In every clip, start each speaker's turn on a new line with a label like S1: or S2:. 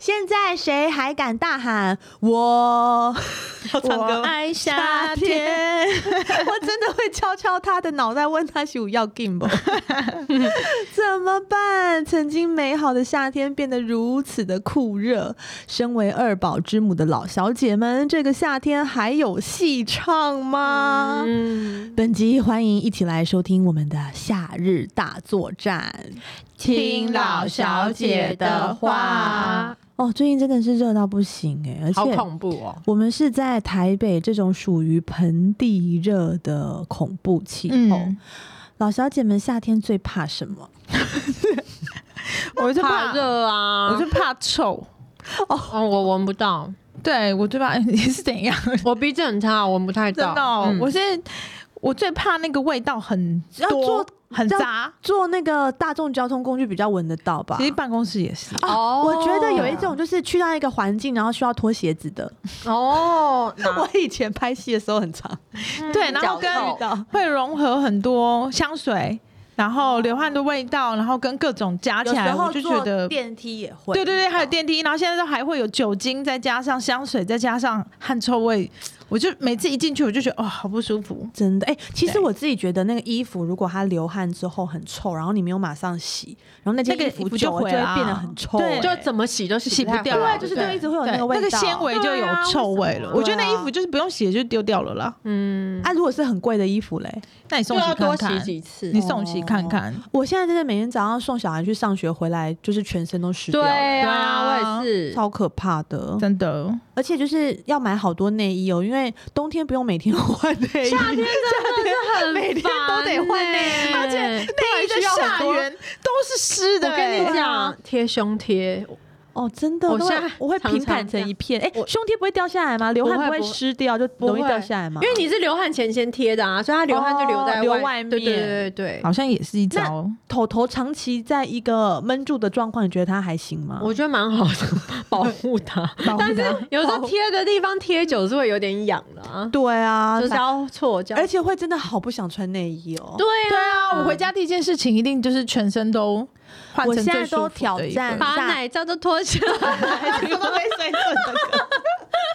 S1: 现在谁还敢大喊我？要唱歌吗？
S2: 我爱夏天。
S1: 我真的会敲敲他的脑袋，问他是不要 game 不？怎么办？曾经美好的夏天变得如此的酷热。身为二宝之母的老小姐们，这个夏天还有戏唱吗？
S2: 嗯，
S1: 本集欢迎一起来收听我们的夏日大作战。
S2: 听老小姐的话，
S1: 哦，最近真的是热到不行哎、而
S2: 好
S1: 且
S2: 恐怖哦。
S1: 我们是在台北这种属于盆地热的恐怖气候。
S3: 嗯，
S1: 老小姐们夏天最怕什么？
S3: 我就怕
S2: 怕，热啊！
S3: 我就怕臭。
S2: 哦，我闻不到，
S3: 对我最怕 你是怎样？
S2: 我鼻子很差，我闻不太
S3: 真
S2: 到。
S3: 的哦、
S2: 嗯
S3: 我现在我最怕那个味道很
S1: 要
S3: 多
S1: 坐、
S3: 很杂。
S1: 坐那个大众交通工具比较闻得到吧
S3: 其？实办公室也是，
S2: 哦
S1: 我觉得有一种就是去到一个环境，然后需要脱鞋子的。
S2: 哦，哪
S1: 我以前拍戏的时候很常
S3: 嗯对，然后
S2: 脚臭
S3: 跟
S1: 到，
S3: 会融合很多香水，然后流汗的味道，然后跟各种加
S1: 有
S3: 起
S1: 时
S3: 来，我
S1: 候
S3: 就觉
S1: 坐
S3: 得。
S1: 电梯也会。
S3: 对对对，还有电梯，然后现在都还会有酒精，再加上香水，再加上汗臭味，我就每次一进去我就觉得哦，好不舒服。
S1: 真的，哎、其实
S3: 对
S1: 我自己觉得那个衣服，如果它流汗之后很臭，然后你没有马上洗，然后那件
S3: 那个
S1: 衣服
S3: 衣服
S1: 久
S3: 就
S1: 了
S3: 回
S1: 就会
S3: 啦
S1: 变得很臭、
S3: 对
S1: 哎
S2: 就怎么洗都洗
S3: 洗不
S2: 太
S3: 掉
S2: 回来
S3: 对
S1: 对，就是
S3: 对
S1: 就一直会有
S3: 对
S1: 那个味道。
S3: 那个纤维就有臭味了。
S1: 对啊
S3: 我觉得那
S1: 为什
S3: 衣
S1: 么
S3: 服就是不用洗就丢掉了啦。
S2: 嗯，
S1: 啊，如果是很贵的衣服嘞，
S3: 那你
S2: 就
S3: 送洗
S2: 要多
S3: 看
S2: 洗
S3: 看，
S2: 几次
S3: 你。送洗看看。
S1: 我现在真的每天早上送小孩去上学回来，就是全身都湿掉
S2: 对
S1: 了，
S2: 啊，我也 是。
S1: 超可怕的。
S3: 真的，
S1: 而且就是要买好多内衣哦，因为冬天不用每天 换内衣，
S2: 夏天真的是很欸
S1: 每天都得换欸
S2: 内
S1: 内衣
S3: 而且内衣的下缘都是湿的、
S2: 我跟
S3: 欸
S2: 你
S1: 啊
S2: 讲，贴胸贴，
S1: 哦，真的，
S2: 我
S1: 都会
S2: 现在
S1: 我会
S2: 常
S1: 平
S2: 常
S1: 坦
S2: 这
S1: 成
S2: 样
S1: 一片。哎、
S2: 我
S1: 胸贴不会掉下来吗？流
S2: 不
S1: 汗
S2: 会
S1: 会
S2: 不会
S1: 湿掉，就
S2: 不
S1: 容易
S2: 会
S1: 掉下来吗？
S2: 因为你是流汗前先贴的啊，所以它流汗就留在
S1: 哦流
S2: 外
S1: 外面
S2: 对对对对对，
S3: 好像也是一招。
S1: 头头长期在一个闷住的状况，你觉得它还行吗？
S2: 我觉得蛮好的，保护它。
S3: 但是
S2: 有时候贴的地方贴久是会有点痒的啊，
S1: 对啊，
S2: 就是要错觉。
S1: 而且会真的好不想穿内衣哦。
S2: 对
S3: 对
S2: 啊，
S3: 啊，我回家第一件事情一定就是全身都换成
S1: 我现在
S3: 最舒服
S1: 都挑
S3: 的一个
S1: 战
S2: 把奶罩都脱下来。
S3: 什么没水准的歌。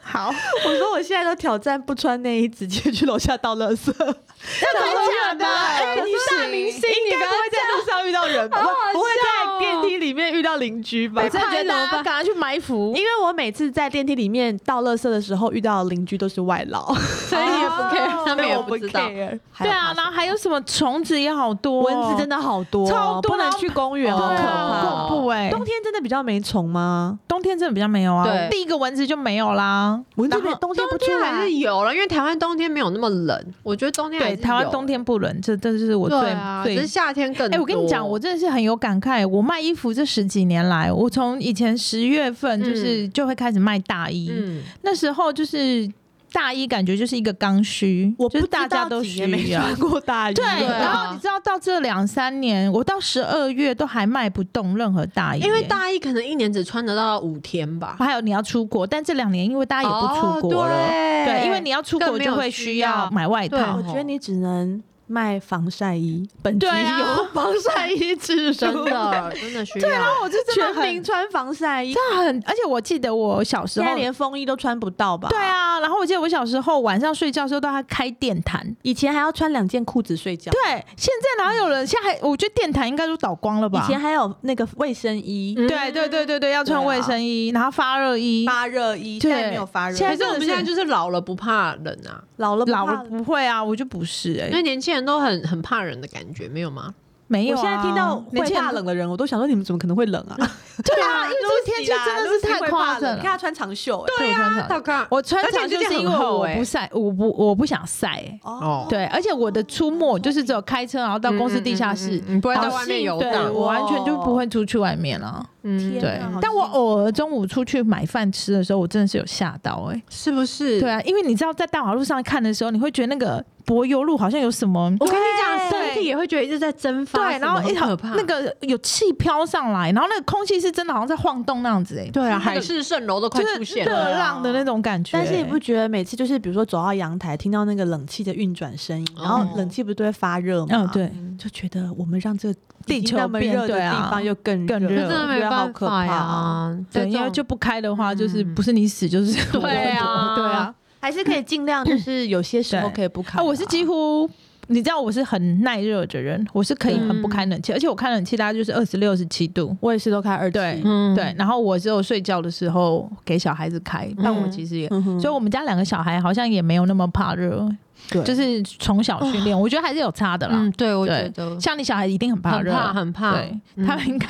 S3: 好，
S1: 我说我现在都挑战不穿内衣，直接去楼下倒垃圾。
S2: 真的假的哎你大明星
S1: 应该不会在路上遇到人吧？
S2: 好好
S1: 不会
S2: 笑哦
S1: 在电梯里面遇到邻居吧
S3: 我？真的觉
S2: 拍
S3: 得
S2: 了
S3: 大
S2: 吧
S3: 家赶快去埋伏
S1: 因。为我每次在电梯里面倒垃圾的时候，遇到的邻居都是外劳， 哦
S2: 所以
S3: 哦
S2: 也不 care，他们也
S1: 我不
S2: 知道。
S1: care。还
S3: 对
S1: 有
S3: 啊
S1: 怕，什
S3: 然
S1: 么
S3: 后还有什么虫子也好多哦，
S1: 蚊子真的好多哦，
S3: 超多
S1: 不能去公园，
S2: 然
S1: 好
S2: 后
S1: 可
S3: 对
S1: 怕
S3: 啊
S1: 哦。
S3: 很恐怖哎。
S1: 冬天真的比较没虫吗？
S3: 冬天真的比较没有啊
S2: 对，
S3: 第一个蚊子就没有啦。
S1: 蚊子
S3: 然后
S1: 没冬天不出
S2: 冬天还
S1: 来
S2: 是，有了，因为台湾冬天没有那么冷，我觉得冬天还
S3: 对，
S2: 是
S3: 台湾
S2: 有
S3: 冬天不冷，这这就是我最
S2: 对啊，只
S3: 最
S2: 是。夏天更多。
S3: 哎，我跟你讲，我真的是很有感慨。我卖衣服这十几年来，我从以前十月份就是就会开始卖大衣，
S2: 嗯，
S3: 那时候就是大衣感觉就是一个刚需，
S1: 我
S3: 就
S1: 不
S3: 是
S1: 知
S3: 大家
S1: 道
S3: 都
S1: 几
S3: 需
S1: 年没
S3: 要
S1: 穿。过大衣，
S3: 对，
S2: 啊
S3: 然后你知道到这两三年，我到十二月都还卖不动任何大衣耶，
S2: 嗯因为大衣可能一年只穿得到五天 吧，
S3: 还有你要出国，但这两年因为大家也不出国了，
S2: 哦对
S3: 对，因为你要出国
S2: 更没有
S3: 就会需要买外
S2: 需
S3: 套
S2: 要
S1: 我。觉得你只能卖防晒衣，本集
S3: 对 啊
S1: 有防晒衣制
S2: 真
S1: 度，
S2: 的真的需要。
S3: 我就
S1: 全民穿防晒衣，
S3: 真的很，而且我记得我小时
S1: 现在
S3: 候，
S1: 连风衣都穿不到吧？
S3: 对，啊，然后我记得我小时候晚上睡觉的时候都还开电毯。
S1: 以前还要穿两件裤子睡觉，
S3: 对，现在哪有人？现在还我觉得电毯应该都倒光了吧
S1: 以？前还有那个卫生衣、
S2: 嗯
S3: 对对对对对，要穿
S1: 对啊
S3: 卫生衣，然后发热衣，
S1: 发热衣，
S3: 对
S1: 现在没有发热，
S3: 现
S2: 可
S3: 在
S2: 是我们现在就是老了不怕冷啊，
S1: 老了
S3: 老
S1: 不怕
S3: 了不会啊，我就不是哎、
S2: 因为年轻人都很很怕冷的感觉，没有吗？
S3: 没有、
S1: 我
S3: 啊。
S1: 现在听到
S3: 年
S1: 会
S3: 轻人
S1: 怕冷的人，我都想说你们怎么可能会冷啊？
S3: 对啊，因为这个天气真的是太夸张
S1: 了，你看
S3: 了。
S1: 他穿长袖，哎，
S3: 对啊
S2: 大概
S3: 我穿
S2: 而且
S3: 长
S2: 你这
S3: 袖
S2: 件
S3: 是因为
S2: 很厚
S3: 我
S2: 欸
S3: 不晒，我不我不想晒、欸。
S2: 哦
S3: 对，而且我的出没就是只有开车，然后到公
S2: 嗯
S3: 司地下室，
S2: 你不会
S3: 然
S2: 在
S3: 后
S2: 外面游
S3: 对
S2: 荡。
S3: 我完全就不会出去外面了。
S2: 嗯，
S1: 天
S3: 对
S1: 哪好，
S3: 但我
S1: 幸福
S3: 偶尔中午出去买饭吃的时候，我真的是有吓到哎、
S2: 是不是？
S3: 对啊，因为你知道在大马路上看的时候，你会觉得那个柏油路好像有什么。
S2: 哦我跟你
S1: 对
S2: 讲，深
S3: 对
S4: 身体也会觉得一直在蒸发
S3: 对，
S4: 什么，
S3: 然后一
S4: 很
S3: 条
S4: 可怕
S3: 那个有气飘上来，然后那个空气是真的好像在晃动那样子哎、
S1: 对啊，
S2: 海
S1: 还
S2: 市蜃楼都快出
S3: 就是
S2: 现
S3: 热
S2: 了。
S3: 浪的那种感觉。欸
S1: 但是你不觉得每次就是比如说走到阳台，听到那个冷气的运转声音，然后冷气不是都会发热吗？
S3: 哦嗯对，
S1: 就觉得我们让这个
S3: 地
S1: 已经那
S3: 球
S1: 么
S3: 变
S1: 热的
S3: 对
S1: 地
S3: 啊
S1: 方又更
S3: 更
S1: 热
S3: 热
S2: 真的没
S1: 我觉得好
S2: 办
S1: 可
S2: 法
S1: 怕哦。
S2: 呀，
S3: 啊对，因为就不开的
S1: 嗯
S3: 话，就是不是你 死就是我活
S2: 对啊
S3: 对啊。
S1: 还是可以尽量，就是有些时候
S3: 对
S1: 可以不开
S3: 啊，我是几乎。你知道我是很耐热的人，我是可以很不开冷气，而且我开冷气大概就是二十六、十七度。
S1: 我也是都开二七，
S3: 对
S2: 嗯
S3: 对，然后我只有睡觉的时候给小孩子开，但我其实也，
S1: 嗯哼
S3: 所以我们家两个小孩好像也没有那么怕热，
S1: 对
S3: 就是从小 训练，我觉得还是有差的啦。
S2: 嗯，对，我
S3: 对
S2: 觉得
S3: 像你小孩一定很怕
S2: 很
S3: 热，
S2: 怕，很怕。
S3: 对、
S2: 嗯
S3: 他们应该，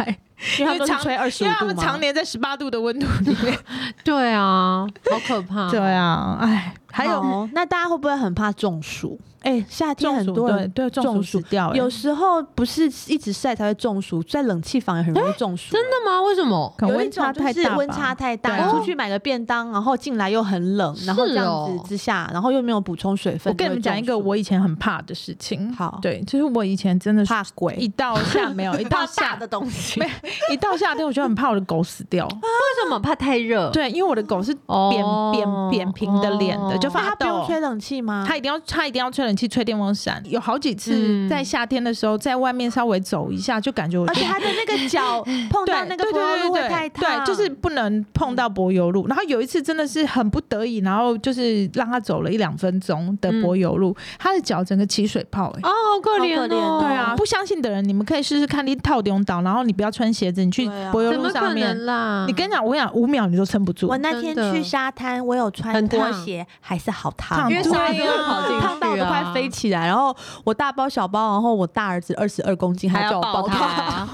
S1: 因为他
S3: 因为
S1: 们都
S3: 常
S1: 是吹二十
S3: 因
S1: 五
S3: 为
S1: 度
S3: 他们
S1: 嘛
S3: 常年在十八度的温度里 面。
S2: 对啊，好可怕。
S3: 对，啊，哎，还有
S1: 好那大家会不会很怕中暑？哦哎、夏天
S3: 中
S1: 很
S3: 暑
S1: 多人
S3: 对对中
S1: 中
S3: 暑
S1: 暑
S3: 死掉、哎
S1: 有时候不是一直晒才会中暑，在冷气房也很容易中暑、哎
S2: 真的吗？为什么？
S3: 可能
S1: 有一
S3: 温差
S1: 种就
S3: 太
S1: 是
S3: 大吧，
S1: 温差太大，
S3: 对啊
S1: 你出去买个便当，然后进来又很冷，然后这样子之下，然后又没有补充水分。
S3: 我跟你们讲一个
S1: 就会中暑
S3: 我以前很怕的事情。
S1: 好
S3: 对，就是我以前真的是
S1: 怕
S3: 一
S1: 鬼，
S3: 到夏没 有，一到
S2: 怕
S3: 夏
S2: 大的东西，
S3: 没
S2: 为
S3: 有一到夏天，我就很怕我的狗死 掉。
S2: 什么怕太热？
S3: 对，因为我的狗是扁
S2: 哦，
S3: 扁扁平的脸的，就
S2: 哦
S1: 那
S3: 发
S1: 它不
S3: 抖
S1: 用。吹冷气吗？
S3: 它一定要，它一定要吹冷气、吹电风扇。有好几次
S2: 嗯
S3: 在夏天的时候，在外面稍微走一下，就感觉我
S1: 而且它的那个 脚碰
S3: 对
S1: 到那个
S3: 对
S1: 柏
S3: 对
S1: 油
S3: 对
S1: 路会
S3: 对
S1: 太烫，
S3: 对，就是不能碰到柏油路。然后有一次真的是很不得已，然后就是让它走了一两分钟的柏油路，它的脚整个起水泡、欸，
S2: 啊，好可怜
S1: 好可怜哦
S2: 哦。
S3: 对啊，，不相信的人，你们可以试试看，你套用岛，然后你不要穿鞋子，你去
S1: 对啊
S3: 柏油
S2: 怎
S3: 路
S2: 么
S3: 上
S2: 可
S3: 面，
S2: 能啦？
S3: 你跟你讲，我跟你讲，五秒你都撑不住
S1: 我。那天
S2: 真的
S1: 去沙滩，我有穿
S2: 很烫
S1: 拖鞋，还是好烫
S3: 烫，
S2: 因为
S3: 对
S2: 沙
S3: 啊
S2: 子会跑进去啊，
S1: 烫到我都快飞起来。然后我大包小包，然后我大儿子二十二公斤，
S2: 还
S1: 要
S2: 要
S1: 叫我
S2: 抱
S1: 抱他，
S2: 它。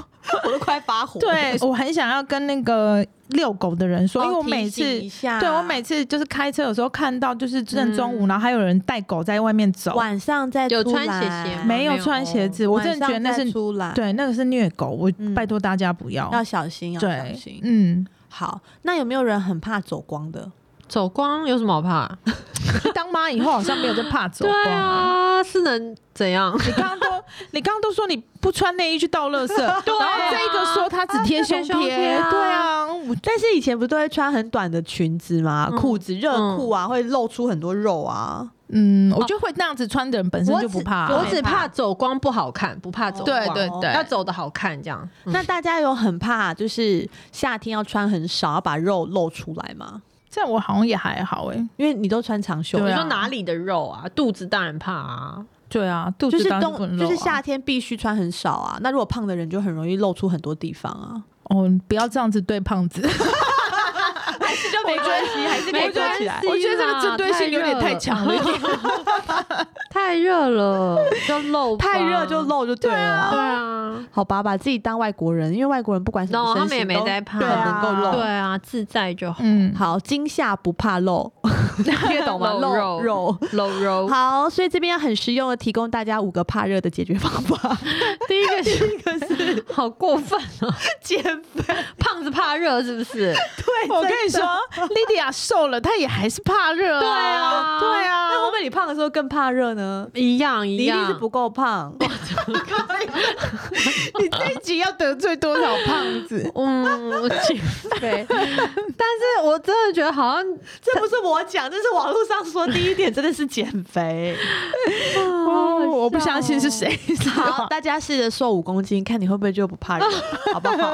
S1: 我都快发火。
S3: 对，我很想要跟那个遛狗的人说，
S1: 哦，
S3: 因为我
S1: 提
S3: 每次
S1: 醒。一下嗯
S3: 对我每次就是开车，有时候看到就是正中午，然后还有人带狗在外面走，
S1: 晚上再
S2: 有
S1: 出
S2: 穿鞋
S1: 来
S2: 鞋吗
S3: 没有
S2: 没有
S3: 穿鞋子，我
S1: 晚
S3: 真的觉得
S1: 上
S3: 那
S1: 再
S3: 是
S1: 出来，
S3: 对，那个是虐狗，我
S1: 嗯
S3: 拜托大家不要。
S1: 要小心，要小
S3: 对
S1: 心，。
S3: 嗯，
S1: 好，那有没有人很怕走光的？
S2: 走光有什么好怕？
S3: 就当妈以后好像没有在怕走
S2: 对
S3: 光。
S2: 啊，是能怎样？
S3: 你刚刚都，你刚刚都说你不穿内衣去倒垃圾，
S2: 啊
S3: 然后这一个说他只贴胸
S2: 贴胸贴啊
S3: 对啊，我
S1: 但是以前不都会穿很短的裙子吗？
S2: 嗯
S1: 裤子、热裤啊，会露出很多肉啊。
S3: 嗯，我觉得会那样子穿的人本身
S2: 我
S3: 就不怕、
S2: 我
S1: 没
S2: 只
S1: 怕
S2: 怕走光不好看，不怕走光。
S3: 对对对，
S2: 要走的好看这样。
S1: 那大家有很怕就是夏天要穿很少，要把肉露出来吗？
S3: 这样我好像也还好哎、
S1: 因为你都穿长袖，
S3: 对
S2: 你
S3: 啊
S2: 说哪里的肉啊？肚子当然怕啊。
S3: 对啊，肚
S1: 就
S3: 子
S1: 是
S3: 当然不
S1: 冬，
S3: 能
S1: 就
S3: 露
S1: 是
S3: 啊
S1: 夏天必须穿很少啊。那如果胖的人就很容易露出很多地方啊。
S3: 哦，不要这样子对胖子，
S1: 就没关系，还是
S2: 可以没关系啦
S3: 我觉得这个针对性有点太强了一点。
S2: 太热了，就 露吧
S1: 太热就。露就对了啊。
S2: 啊对啊，
S1: 好吧，把自己当外国人，因为外国人不管什么
S2: No，
S1: 身
S2: 他们也
S1: 形
S2: 没
S1: 都
S2: 在怕
S1: 对啊能够露。
S2: 对啊，自在就 好。
S3: 嗯，
S1: 好，惊吓不怕露，听得懂吗？
S2: 露
S1: 露
S2: 肉
S1: 肉。
S2: 露 肉，
S1: 好，所以这边要很实用的提供大家五个怕热的解决方法。
S2: 第一个是一个是 好过分啊！
S1: 减肥，
S2: 胖子怕热是不是？
S1: 对，
S3: 我跟你
S1: 真
S3: 说
S1: 的，
S3: ，Lydia 瘦了，她也还是怕热、啊。
S2: 对啊
S3: 对啊，
S1: 那会不会你胖的时候更怕热呢？
S2: 一样
S1: 你
S2: 一
S1: 一定
S2: 样？
S1: 是，不够胖，
S3: 你这一集要得罪多少胖子
S2: 嗯，我减 肥，但是我真的觉得好像
S1: 这不是我讲，这是网络上说第一点，真的是减肥。
S3: 哦，我不相信是谁。
S1: 好，大家试着瘦五公斤，看你会不会就不 怕热，好不好？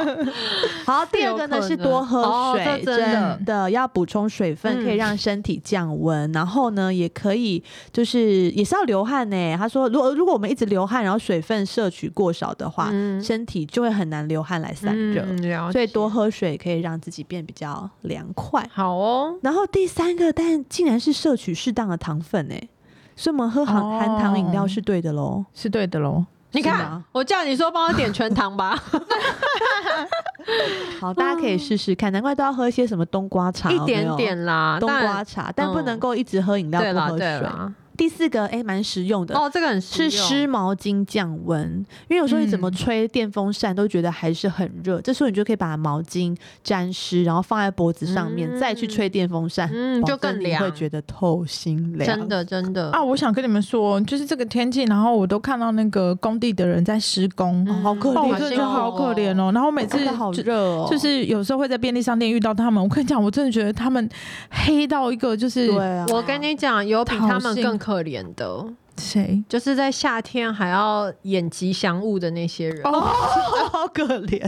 S1: 好，第二个呢
S2: 有可能
S1: 是多喝水，
S2: 哦这真的
S1: 真的要补充水分，
S2: 嗯
S1: 可以让身体降温。然后呢，也可以就是也是要流汗呢。欸他说，如果如果我们一直流汗，然后水分摄取过少的话，
S2: 嗯
S1: 身体就会很难流汗来散热。
S2: 嗯了
S1: 所以
S2: 解
S1: 多喝水可以让自己变比较凉快。
S2: 好哦。
S1: 然后第三个，但竟然是摄取适当的糖分呢，所以我们喝含
S3: 哦
S1: 含糖饮料是对的喽。
S3: 是对的喽。
S2: 你
S1: 是
S2: 看
S1: 吗，
S2: 我叫你说帮我点全 糖吧，
S1: 好，大家可以试试看，难怪都要喝一些什么冬瓜茶，
S2: 一
S1: 有没有
S2: 点点啦，
S1: 冬
S2: 当然
S1: 瓜茶，但不
S2: 嗯
S1: 能够一直喝饮料
S2: 对
S1: 不
S2: 啦
S1: 喝
S2: 对
S1: 水。
S2: 啦，
S1: 第四个哎，蛮、实用的。
S2: 哦，这个很
S1: 是
S2: 实用
S1: 湿毛巾降温，因为有时候你怎么
S3: 嗯
S1: 吹电风扇都觉得还是很热，这时候你就可以把毛巾沾湿，然后放在脖子上面，再去
S2: 嗯
S1: 吹电风扇，
S2: 嗯，
S1: 保
S2: 就
S1: 证
S2: 更
S1: 哦你
S2: 凉，
S1: 会觉得透心凉。
S2: 真的真的
S3: 啊，，我想跟你们说，就是这个天气，然后我都看到那个工地的人在施工，
S2: 嗯
S1: 哦好可
S3: 哦，
S1: 怜
S3: 我真的觉得好可怜，哦。然后每次
S1: 真的好
S3: 就
S1: 热哦，
S3: 就是有时候会在便利商店遇到他们，我跟你讲，我真的觉得他们黑到一个就是
S1: 对啊，
S2: 我跟你讲，有比
S3: 讨
S2: 他们
S3: 厌
S2: 更可怜的，
S3: 谁
S2: 就是在夏天还要眼疾翔物的那些 人。
S3: 哦，
S1: 好可怜，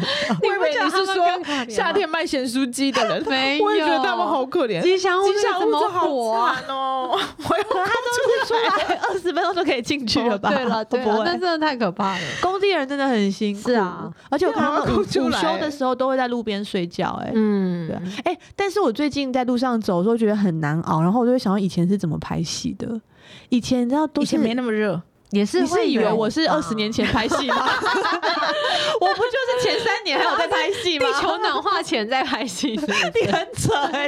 S3: 我以为你是说夏天卖咸酥鸡的人，
S2: 啊没
S3: 我也觉得
S2: 有
S3: 他们好可怜。
S2: 吉祥物
S3: 吉祥
S2: 怎
S3: 物就
S2: 么
S3: 好
S2: 火啊？
S3: 惨哦， 我要
S1: 可他都是出来二十分钟就可以进去 了吧？
S2: 哦对了对
S1: 会不
S2: 了
S1: 会，
S2: 那真的太可怕了。
S1: 工地人真的很辛苦，
S2: 是啊，
S1: 而且我看他
S3: 对啊
S1: 们午午
S3: 哭出来
S1: 休的时候都会在路边睡觉、哎、
S2: 嗯，
S1: 对啊哎、但是我最近在路上走的时候觉得很难熬，然后我就会想到以前是怎么拍戏的。 以前你知道都
S3: 以
S1: 是
S3: 前没那么热，
S2: 也是
S1: 你
S2: 会
S1: 是以为
S2: 有啊
S1: 我是
S2: 吧
S1: 二十年前拍戏吗？ 我不就是前三年还 有在拍戏吗
S2: 啊地？球暖化前在 拍戏，是不是
S1: 你很扯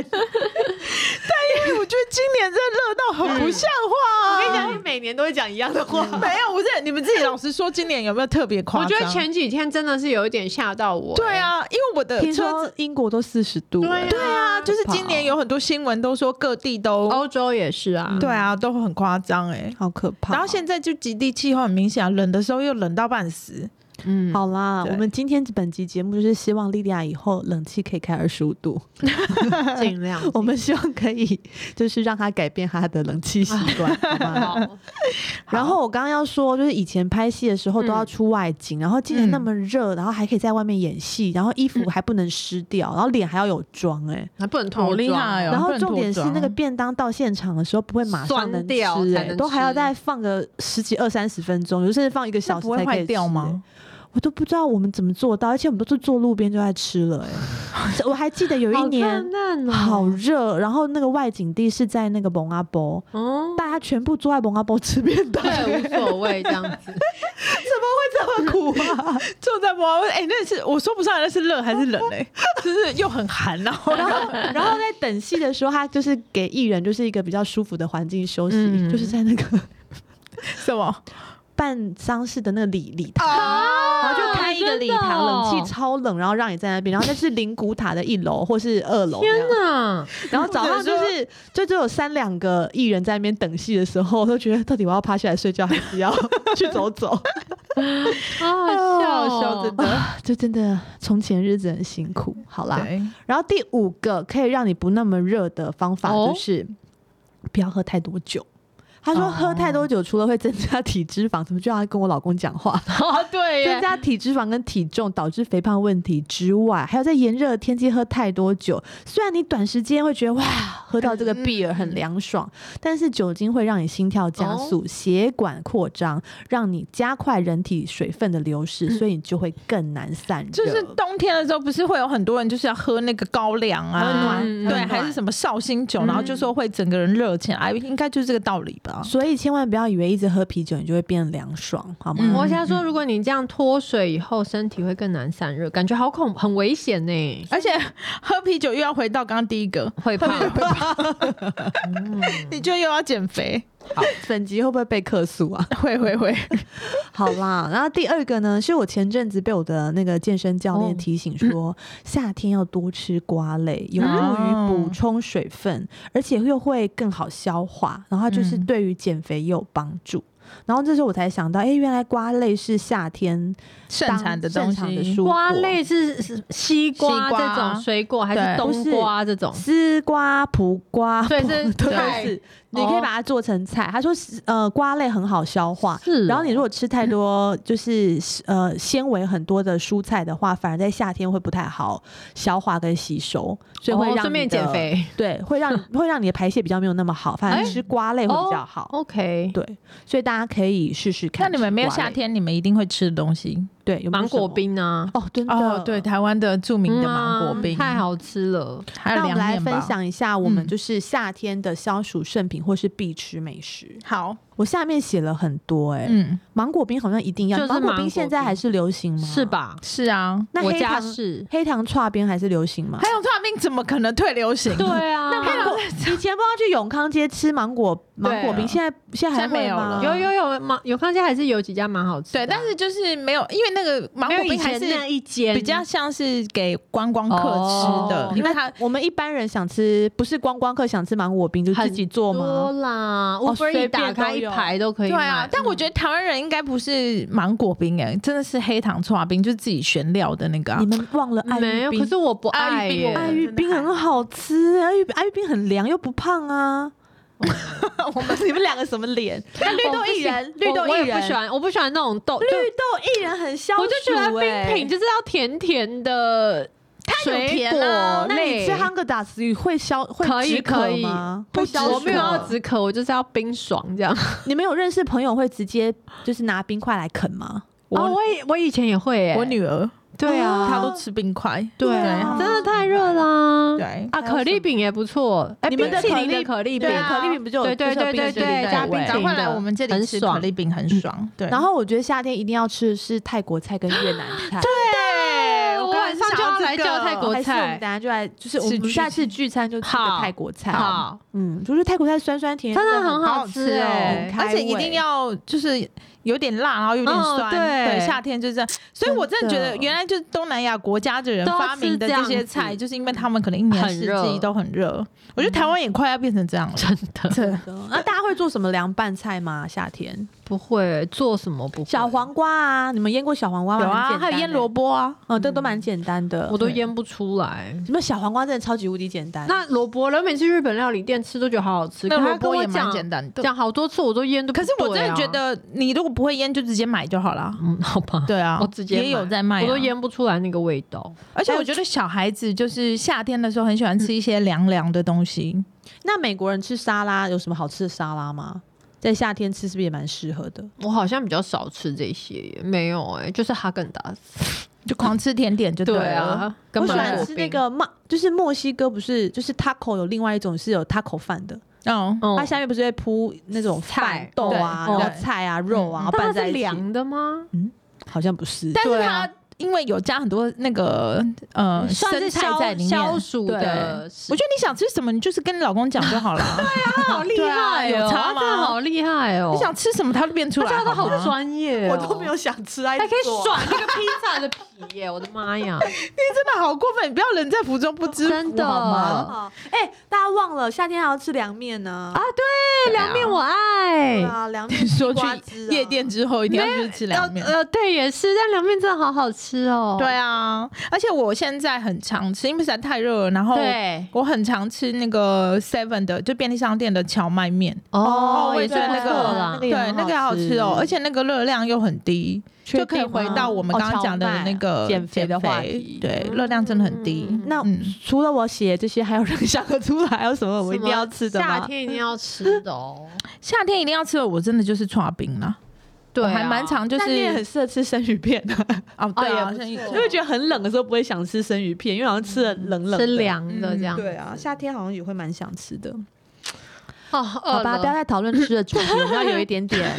S1: 哎、
S3: 因为我觉得今年真的热到很不像话、啊
S1: 我跟你讲，你每年都会讲一样的话。
S3: 没有，我是你们自己老实说，今年有没有特别嗯夸
S2: 我
S3: 张？
S2: 觉得前几天真的是有一点吓到我。
S3: 对，啊，因为我的
S1: 听
S3: 车
S1: 说
S3: 子
S1: 英国都四十度、哎
S2: 对
S3: 对啊，就是今年
S1: 哦
S3: 有很多新闻都说各地都、
S2: 欸欧洲也是啊。
S3: 对啊，都很夸张哎。
S1: 好可怕。哦
S3: 然后现在就极地气候很明显、啊，冷的时候又冷到半死。
S2: 嗯，
S1: 好啦，
S3: 对
S1: 我们今天本集节目就是希望莉莉亚以后冷气可以开二十五 度，
S2: 尽量
S1: 我们希望可以就是让她改变她的冷气习惯， 好吗？
S2: 好
S1: 然后我刚刚要说，就是以前拍戏的时候都要出外景，然后今年那么热，然后还可以在外面演戏，然后衣服还不能湿掉，然后脸还要有妆哎、
S2: 还不能
S3: 好
S2: 脱
S3: 厉害
S2: 妆
S3: 哦
S1: 然
S3: 不
S1: 后
S3: 能
S1: 重点是
S3: 脱妆
S1: 那个便当到现场的时候不会马上
S2: 酸
S1: 能吃、
S2: 掉
S1: 欸，
S2: 才能
S1: 都还要
S2: 吃
S1: 再放个十几二三十分钟，有时候放一个
S3: 那
S1: 小时
S3: 不会
S1: 才可以
S3: 坏掉
S1: 吃欸
S3: 吗？
S1: 我都不知道我们怎么做到，而且我们都是坐路边就在吃了、 欸。我还记得有一
S2: 好
S1: 年
S2: 灿烂哦，
S1: 好热，然后那个外景地是在那个蒙阿波，
S2: 哦，
S1: 大家全部坐在蒙阿波吃便当，
S2: 对，无所谓这样子。
S1: 这么苦啊！
S3: 就在摸，哎、那是我说不上来，那是热还是冷哎、就是又很寒，然后
S1: 然后，然后在等戏的时候，他就是给艺人就是一个比较舒服的环境休息，
S2: 嗯
S1: 就是在那个
S3: 什么？
S1: 办丧事的那个礼礼
S2: 哦
S1: 堂。然后
S2: 然
S1: 就开一个礼堂，
S2: 哦
S1: 冷气超冷，然后让你在那边，然后那是灵谷塔的一楼或是二楼那样，
S2: 天哪！
S1: 然后早上就是就只有三两个艺人在那边等戏的时候，我都觉得到底我要趴下来睡觉，还是要 去走走？
S2: 好好笑哦，
S3: 笑真的。
S1: 啊就真的 从前日子很辛苦。好啦，
S3: 对，
S1: 然后第五个可以让你不那么热的方法
S2: 哦
S1: 就是不要喝太多酒。他说
S3: 哦
S1: 喝太多酒除了会增加体脂肪，怎么就要跟我老公讲话？
S2: 哦， 对
S1: 增
S3: 啊
S2: 耶，
S1: 加体脂肪跟体重导致肥胖问题之外，还有在炎热的天气喝太多酒，虽然你短时间会觉得哇，喝到这
S3: 嗯
S1: 个 beer 很凉爽，但是酒精会让你心跳加速、
S3: 哦
S1: 血管扩张，让你加快人体水分的流失，所以你就会更难散热。
S3: 嗯就是冬天的时候，不是会有很多人就是要喝那个高粱
S1: 很
S3: 啊，
S1: 暖，
S2: 嗯
S1: 很
S3: 对，
S1: 暖嗯
S3: 还是什么绍兴酒，然后就说会整个人热起来，哎应该就是这个道理吧。
S1: 所以千万不要以为一直喝啤酒你就会变凉爽，好吗？
S3: 嗯
S2: 我想说，如果你这样脱水以后，身体会更难散热，感觉好恐，很危险呢。
S3: 而且 喝啤酒又要回到刚刚第一个，
S2: 会嗯胖，
S3: 你就又要减肥，
S1: 本集会不会被客诉啊？
S3: 会会会，
S1: 好啦，然后第二个呢，是我前阵子被我的那个健身教练
S2: 哦
S1: 提醒 说，夏天要多吃瓜类，有
S2: 哦
S1: 助于补充水分，而且又会更好消化，然后它就是
S3: 嗯
S1: 对于减肥也有帮助。然后这时候我才想到，哎、原来瓜类是夏天
S3: 盛
S1: 当
S3: 产的
S1: 盛
S3: 东
S1: 产的
S3: 西，
S1: 蔬果
S2: 瓜类是是西瓜
S3: 西瓜
S2: 这种水果，还
S3: 对
S2: 是冬瓜这种？
S1: 丝瓜、苦瓜，
S2: 哦所以 是
S1: 都
S2: 菜
S1: 是，你可以
S2: 哦
S1: 把它做成菜。他说是，呃，瓜类很好消化。
S2: 是哦
S1: 然后你如果吃太多， 就是呃纤维很多的蔬菜的话，反而在夏天会不太好消化跟吸收，所以会
S2: 哦
S1: 让你
S2: 顺便
S1: 的
S2: 减。肥。
S1: 对，会让会让你的排泄比较没有那么好，反而
S2: 哎哦
S1: 吃瓜类会比较好。
S2: OK，
S1: 对，所以大家可以试试看
S3: 那
S1: 吃瓜类。
S3: 你们没有夏天，你们一定会吃的东西
S1: 对有没有
S2: 芒
S1: 什
S2: 果
S1: 么
S2: 冰啊，
S1: 哦，真的
S3: 哦，对，台湾的著名的
S2: 嗯啊
S3: 芒果冰，
S2: 太好吃了。
S3: 还
S1: 那
S3: 有
S1: 我们
S3: 凉
S1: 来
S3: 面
S1: 分
S3: 吧。
S1: 享一下我们
S3: 嗯
S1: 就是夏天的消暑圣品或是必吃美食。
S3: 好，
S1: 我下面写了很多哎、
S3: 嗯，
S1: 芒果冰好像一定要，
S2: 就是
S1: 芒果
S2: 芒
S1: 冰
S2: 果
S1: 现在还是流行吗？
S2: 是？吧？
S3: 是啊，
S1: 那
S2: 我
S1: 黑
S2: 家
S1: 糖
S2: 是，
S1: 黑糖串冰还是流行吗
S3: 还？有串冰怎么可能退流行？
S2: 对啊，
S1: 那芒果以前不知道去永康街吃芒果芒果冰
S2: 啊
S1: 现在现在还
S3: 现在没
S1: 会
S3: 有
S1: 吗？
S3: 了
S2: 有有有，芒永康街还是有几家蛮好吃的啊、
S3: 对，但是就是没有，因为那个芒
S2: 没
S3: 果
S2: 有以
S3: 冰还
S2: 前
S3: 是
S2: 那一间
S3: 比较像是给观光客吃的，
S2: 哦
S3: 因为它
S1: 我们一般人想吃，不是观光客想吃芒果冰就自己做
S2: 多
S1: 吗？
S2: 啦，
S1: 哦
S2: 我 e
S1: 随
S2: 一
S1: 便
S2: 打开
S1: 都
S2: 一
S1: 有
S2: 排都可以
S3: 对
S2: 买。
S3: 啊，但我觉得台湾人应该不是芒果冰哎、真的是黑糖搓冰，就是自己选料的那个、啊
S1: 你。们忘了爱
S2: 没
S1: 玉
S2: 有，
S1: 冰？
S2: 可是我不
S3: 爱
S2: 爱
S3: 玉冰
S2: 耶
S3: 我
S1: 爱玉冰很好吃，爱玉爱玉冰很凉又不胖啊。 我们你们两个什么 脸？那绿豆薏仁，绿豆
S2: 我我
S1: 薏
S2: 也不喜
S1: 仁，
S2: 欢，我不喜欢那种豆，就
S1: 绿欸豆薏仁很消暑、欸。
S2: 我就觉得冰品就是要甜甜的水果
S1: 啊那你
S2: 类
S1: 吃。Hunger Dazs 会消会
S2: 可以
S1: 止渴
S2: 可以
S1: 吗？
S2: 不啊
S1: 会
S2: 止，
S1: 消
S2: 我
S1: 暑啊
S2: 没有要
S1: 吗
S2: 止渴，我就是要冰爽这样。
S1: 你们有认识朋友会直接就是拿冰块来啃吗？
S3: 我、
S2: 哦，我以我以前也会、欸，
S3: 我女哦儿
S2: 对啊，
S1: 啊
S3: 她都吃冰块，
S2: 对
S1: 啊
S2: 真的太热啦。
S3: 对，
S1: 还
S2: 啊，
S1: 有
S2: 可丽
S1: 什
S2: 饼也不错，哎，
S1: 你们的
S2: 冰淇
S1: 可
S2: 淋
S1: 丽
S2: 的可丽饼
S1: 对，啊，可丽饼不就有
S2: 对对
S1: 就是有
S2: 对
S1: 冰淇
S2: 对
S1: 淋
S2: 对
S1: 的
S2: 加
S1: 味
S2: 冰淇
S3: 赶
S2: 淋
S3: 快
S2: 的
S3: 来我们这里
S2: 很
S3: 吃
S2: 爽
S3: 可丽饼很爽，对，
S1: 然后我觉得夏天一定要吃的是泰国菜跟越南菜。对，
S3: 对
S2: 我晚上就要来叫泰国
S1: 还是我们
S2: 菜，
S1: 等下就来，就是我
S3: 吃
S1: 们
S3: 聚
S1: 下次聚餐就吃个
S2: 好
S1: 泰国菜。
S2: 好，
S1: 嗯，就是泰国菜酸酸甜，
S2: 真的
S1: 很
S2: 很好吃
S1: 哎
S2: 哎，
S1: 开
S3: 欸而且一定
S1: 胃
S3: 要就是有点辣，然后有点
S2: 哦
S3: 酸，
S2: 对
S3: 夏天就是这样。所以我真的觉得，原来就是东南亚国家的人
S2: 都要
S3: 发明的这
S2: 吃这
S3: 些
S2: 样子
S3: 菜，就是因为他们可能一年
S2: 很
S3: 四
S2: 热嗯
S3: 季都很热。我觉得台湾也快要变成这样了，
S2: 真的
S3: 真的。
S2: 嗯
S1: 的。那大家会做什么凉拌菜吗？夏天
S2: 不会做什么不会
S1: 小，黄瓜啊，你们腌过小黄瓜吗？
S3: 有
S1: 很
S3: 啊，
S1: 简
S3: 还
S1: 单
S3: 有腌
S1: 欸
S3: 萝，卜啊，
S1: 嗯，这都蛮简单的。
S2: 我都腌不出来。
S1: 什么小黄瓜真的超级无敌简单。
S2: 那萝卜呢？每次日本料理店吃都觉得好好吃，
S3: 那
S2: 可
S3: 萝
S2: 他啊跟
S3: 卜
S2: 我
S3: 也蛮
S2: 讲
S3: 简单的。
S2: 讲好多次，我都腌的。
S3: 可是我真的觉，得，你如果不会腌，就直接买就好了。
S2: 嗯，好吧，
S3: 对啊，
S2: 我直接
S3: 也有
S2: 买
S3: 在卖啊，
S2: 我都腌不出来那个味道。
S3: 而且我觉得小孩子就是夏天的时候很喜
S2: 嗯
S3: 欢吃一些凉凉的东西，
S1: 那美国人吃沙拉有什么好吃的沙拉吗？在夏天吃是不是也蛮适合的？
S2: 我好像比较少吃这些耶，没有哎，就是哈根达斯。
S3: 就狂吃甜点就了。，
S2: 跟
S1: 我喜
S2: 芒
S1: 欢
S2: 果
S1: 吃那
S2: 冰。
S1: 个墨，就是墨西哥不是就是 taco 有另外一种是有 taco 饭的，
S3: 嗯，
S2: 嗯
S1: 它下面不是会铺那种饭
S2: 菜
S1: 豆啊，
S3: 对
S1: 然后
S3: 对
S1: 菜啊、肉啊
S3: 嗯
S1: 拌
S2: 但它
S1: 在
S2: 是
S1: 一起，
S2: 凉的吗？
S1: 好像不是。
S3: 但是
S2: 对
S3: 它
S2: 啊
S3: 因为有加很多那个呃
S2: 算
S3: 生
S2: 是
S3: 菜
S2: 消
S3: 在里面，
S2: 消暑
S3: 对
S2: 的食
S3: 我觉得你想吃什么，你就是跟你老公讲就好了。
S2: 好厉
S3: 对啊
S2: 害
S3: 有
S2: 哦，
S3: 差
S2: 他真的
S3: 吗
S2: 好厉害哦！
S3: 你想吃什么，它就变出来。
S2: 大家都好
S3: 吗，
S2: 专业，哦
S1: 我都没有，想吃，还
S2: 还可以
S1: 爽。
S2: 甩那个披萨的皮耶！我的妈呀，
S3: 真的好过分！你不要人在福中不知福
S2: 真的
S3: 好吗？
S1: 啊哎、大家忘了夏天还要吃凉面呢啊！
S2: 对，凉面我爱
S1: 对。啊，凉面、
S3: 哎你说
S1: 西
S3: 去
S1: 瓜汁啊
S3: 夜店之后一定要去吃凉面
S2: 呃。呃，对，也是，但凉面真的好好吃哦。
S3: 对啊，而且我现在很常吃，因为实在太热了。然后
S2: 对，
S3: 我很常吃那个 Seven 的，就便利商店的荞麦面，
S1: 哦
S2: 哦，
S3: 我也
S2: 也
S3: 觉
S2: 是
S3: 得
S2: 不
S3: 那个
S2: 错啦
S1: 那个。
S3: 对
S1: 也很，
S3: 那个好吃哦，
S1: 吃
S3: 而且那个热量又很低，
S1: 确
S3: 就可以
S1: 定
S3: 回
S1: 吗
S3: 到我们
S1: 哦
S3: 刚刚讲的
S1: 荞麦
S3: 那个
S1: 减肥的话
S3: 减肥
S1: 题。
S3: 对，热量真的很低。
S2: 嗯
S1: 那
S3: 嗯，
S1: 除了我写这些，还有人想得出来，还有什么我一定要吃的吗？
S2: 夏天一定要吃 的哦。
S3: 夏天一定要吃的，我真的就是刨冰了。
S2: 对啊，
S3: 我还蛮常就
S1: 夏天也
S3: 是
S1: 很适合吃生鱼片的，
S3: 哦，对啊，
S2: 哎呀
S3: 生鱼
S2: 不错
S1: 因为觉得很冷的时候不会想吃生鱼片，因为好像吃了冷冷的。
S2: 吃凉的这样。
S1: 对啊，夏天好像也会蛮想吃的。
S2: 哦，
S1: 好
S2: 好
S1: 吧，不要再讨论吃的主题，我们要有一点 点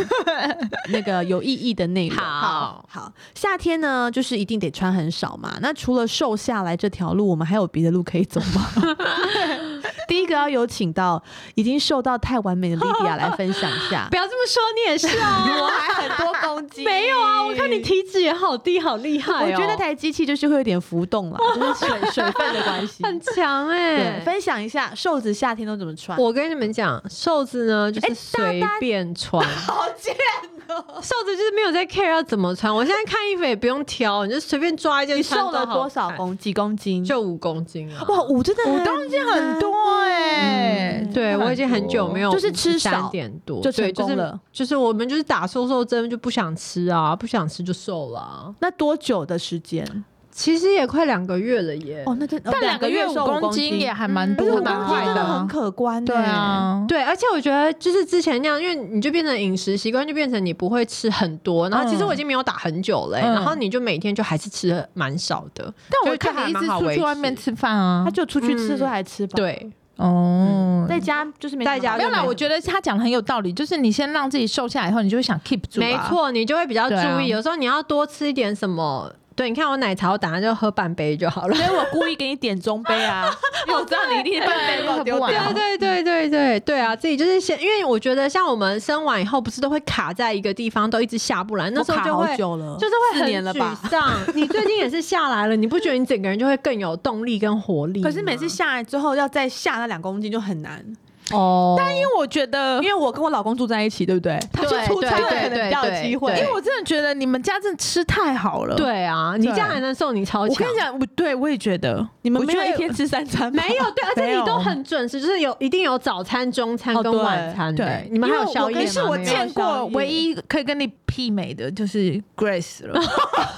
S1: 那个有意义的内容。
S2: 好
S1: 好，夏天呢，就是一定得穿很少嘛。那除了瘦下来这条路，我们还有别的路可以走吗？ 第一个要有请到已经瘦到太完美的莉迪亚来分享一下
S2: 不。要这么说，你也是啊。
S1: 我 还很多公斤
S2: 没有啊，我看你体脂也好低，好厉害、哦。
S1: 我觉得那台机器就是会有点浮动了，就是水水分的关系。
S2: 很强哎、
S1: 对，分享一下瘦子夏天都怎么穿？
S2: 我跟你们讲，瘦子呢
S1: 哎
S2: 就是随便 穿，好贱哦！ 瘦子就是没有在 care 要怎么穿。我现在看衣服也不用挑，你就随便抓一件
S1: 你
S2: 穿
S1: 瘦了
S2: 都好
S1: 多少
S2: 看？
S1: 公几公斤？
S2: 就五公斤啊！
S1: 哇，五真的
S3: 五
S1: 很
S3: 东西很多
S1: 嗯
S3: 哎、
S2: 对我已经很久没有
S1: 就是吃少
S2: 三点多
S1: 就
S2: 对
S1: 成功了
S2: 就是，就是我们就是打瘦瘦针就不想吃啊，不想吃就瘦了啊、
S1: 那多久的时间？
S2: 其实也快两个月了耶。
S1: 哦，那真
S3: 但两个月
S1: 五
S3: 五公斤也还蛮
S1: 而且
S3: 多，
S1: 嗯五
S2: 还
S3: 蛮
S1: 公斤真
S3: 快
S2: 蛮快
S3: 的
S1: 的
S3: 啊
S1: 很欸可观。
S3: 对，啊，
S2: 对，而且我觉得就是之前那样，因为你就变成饮食习惯就变成你不会吃很多，然后其实我已经没有打很久了欸、
S3: 嗯哦
S2: 然后你就每天就还是吃蛮少的，
S3: 但
S2: 就
S3: 我
S2: 觉得
S3: 看你
S2: 还
S3: 一
S2: 蛮
S3: 直
S2: 好
S3: 出
S2: 维
S3: 去
S2: 持
S3: 外面吃饭啊
S1: 他，就出去吃的时候还吃吧，，
S2: 对，
S3: 哦，
S1: 在家就是没什么
S2: 在家
S1: 好
S3: 没有啦，
S1: 吃
S3: 我觉得他讲的很有道理，就是你先让自己瘦下来以后，你就会想 keep 住、啊。
S2: 没，错，你就会比较注
S3: 对啊
S2: 意，有时候你要多吃一点什么。对，你看我奶茶，我打算就喝半杯就好了。
S4: 所以我故意给你点中杯啊，因为我知道你一定是半杯
S3: 对
S4: 都
S3: 对
S4: 丢
S3: 对
S4: 掉。
S3: 啊
S2: 对对对对对对啊！自己就是先，因为我觉得像我们生完以后，不是都会卡在一个地方，都一直下不来，那
S4: 我
S2: 时候
S4: 卡
S2: 就
S4: 好
S2: 会
S4: 久了，
S2: 就是会
S4: 四
S2: 很
S4: 年了吧？
S2: 沮丧。你最近也是下来了，你不觉得你整个人就会更有动力跟活力吗？
S1: 可是每次下来之后，要再下那两公斤就很难，
S2: 哦，但
S3: 因为我觉得
S1: 因。为我跟我老公住在一起，对不对？他去
S2: 对
S1: 出差
S2: 对
S1: 可能比较有机会，
S2: 对对对
S3: 因为我真的觉得你们家真的吃太好了。，
S2: 对啊，你这样
S3: 对
S2: 还能瘦，啊你超
S3: 我
S2: 强。
S3: 跟你讲，我对我也觉得
S1: 你们
S3: 我
S1: 没有
S3: 觉得
S1: 一天吃三餐吗，
S2: 没有对，而且
S3: 没有
S2: 你都很准时，就是有一定有早餐、中餐
S1: 哦
S2: 跟
S1: 对
S2: 晚餐的。
S3: 对，
S2: 你们还
S3: 因
S2: 有
S3: 为
S2: 宵夜
S3: 我
S2: 吗？
S3: 是我
S2: 没有啊
S3: 见
S1: 宵
S3: 过
S1: 夜
S3: 唯一可以跟你媲美的就是 Grace 了。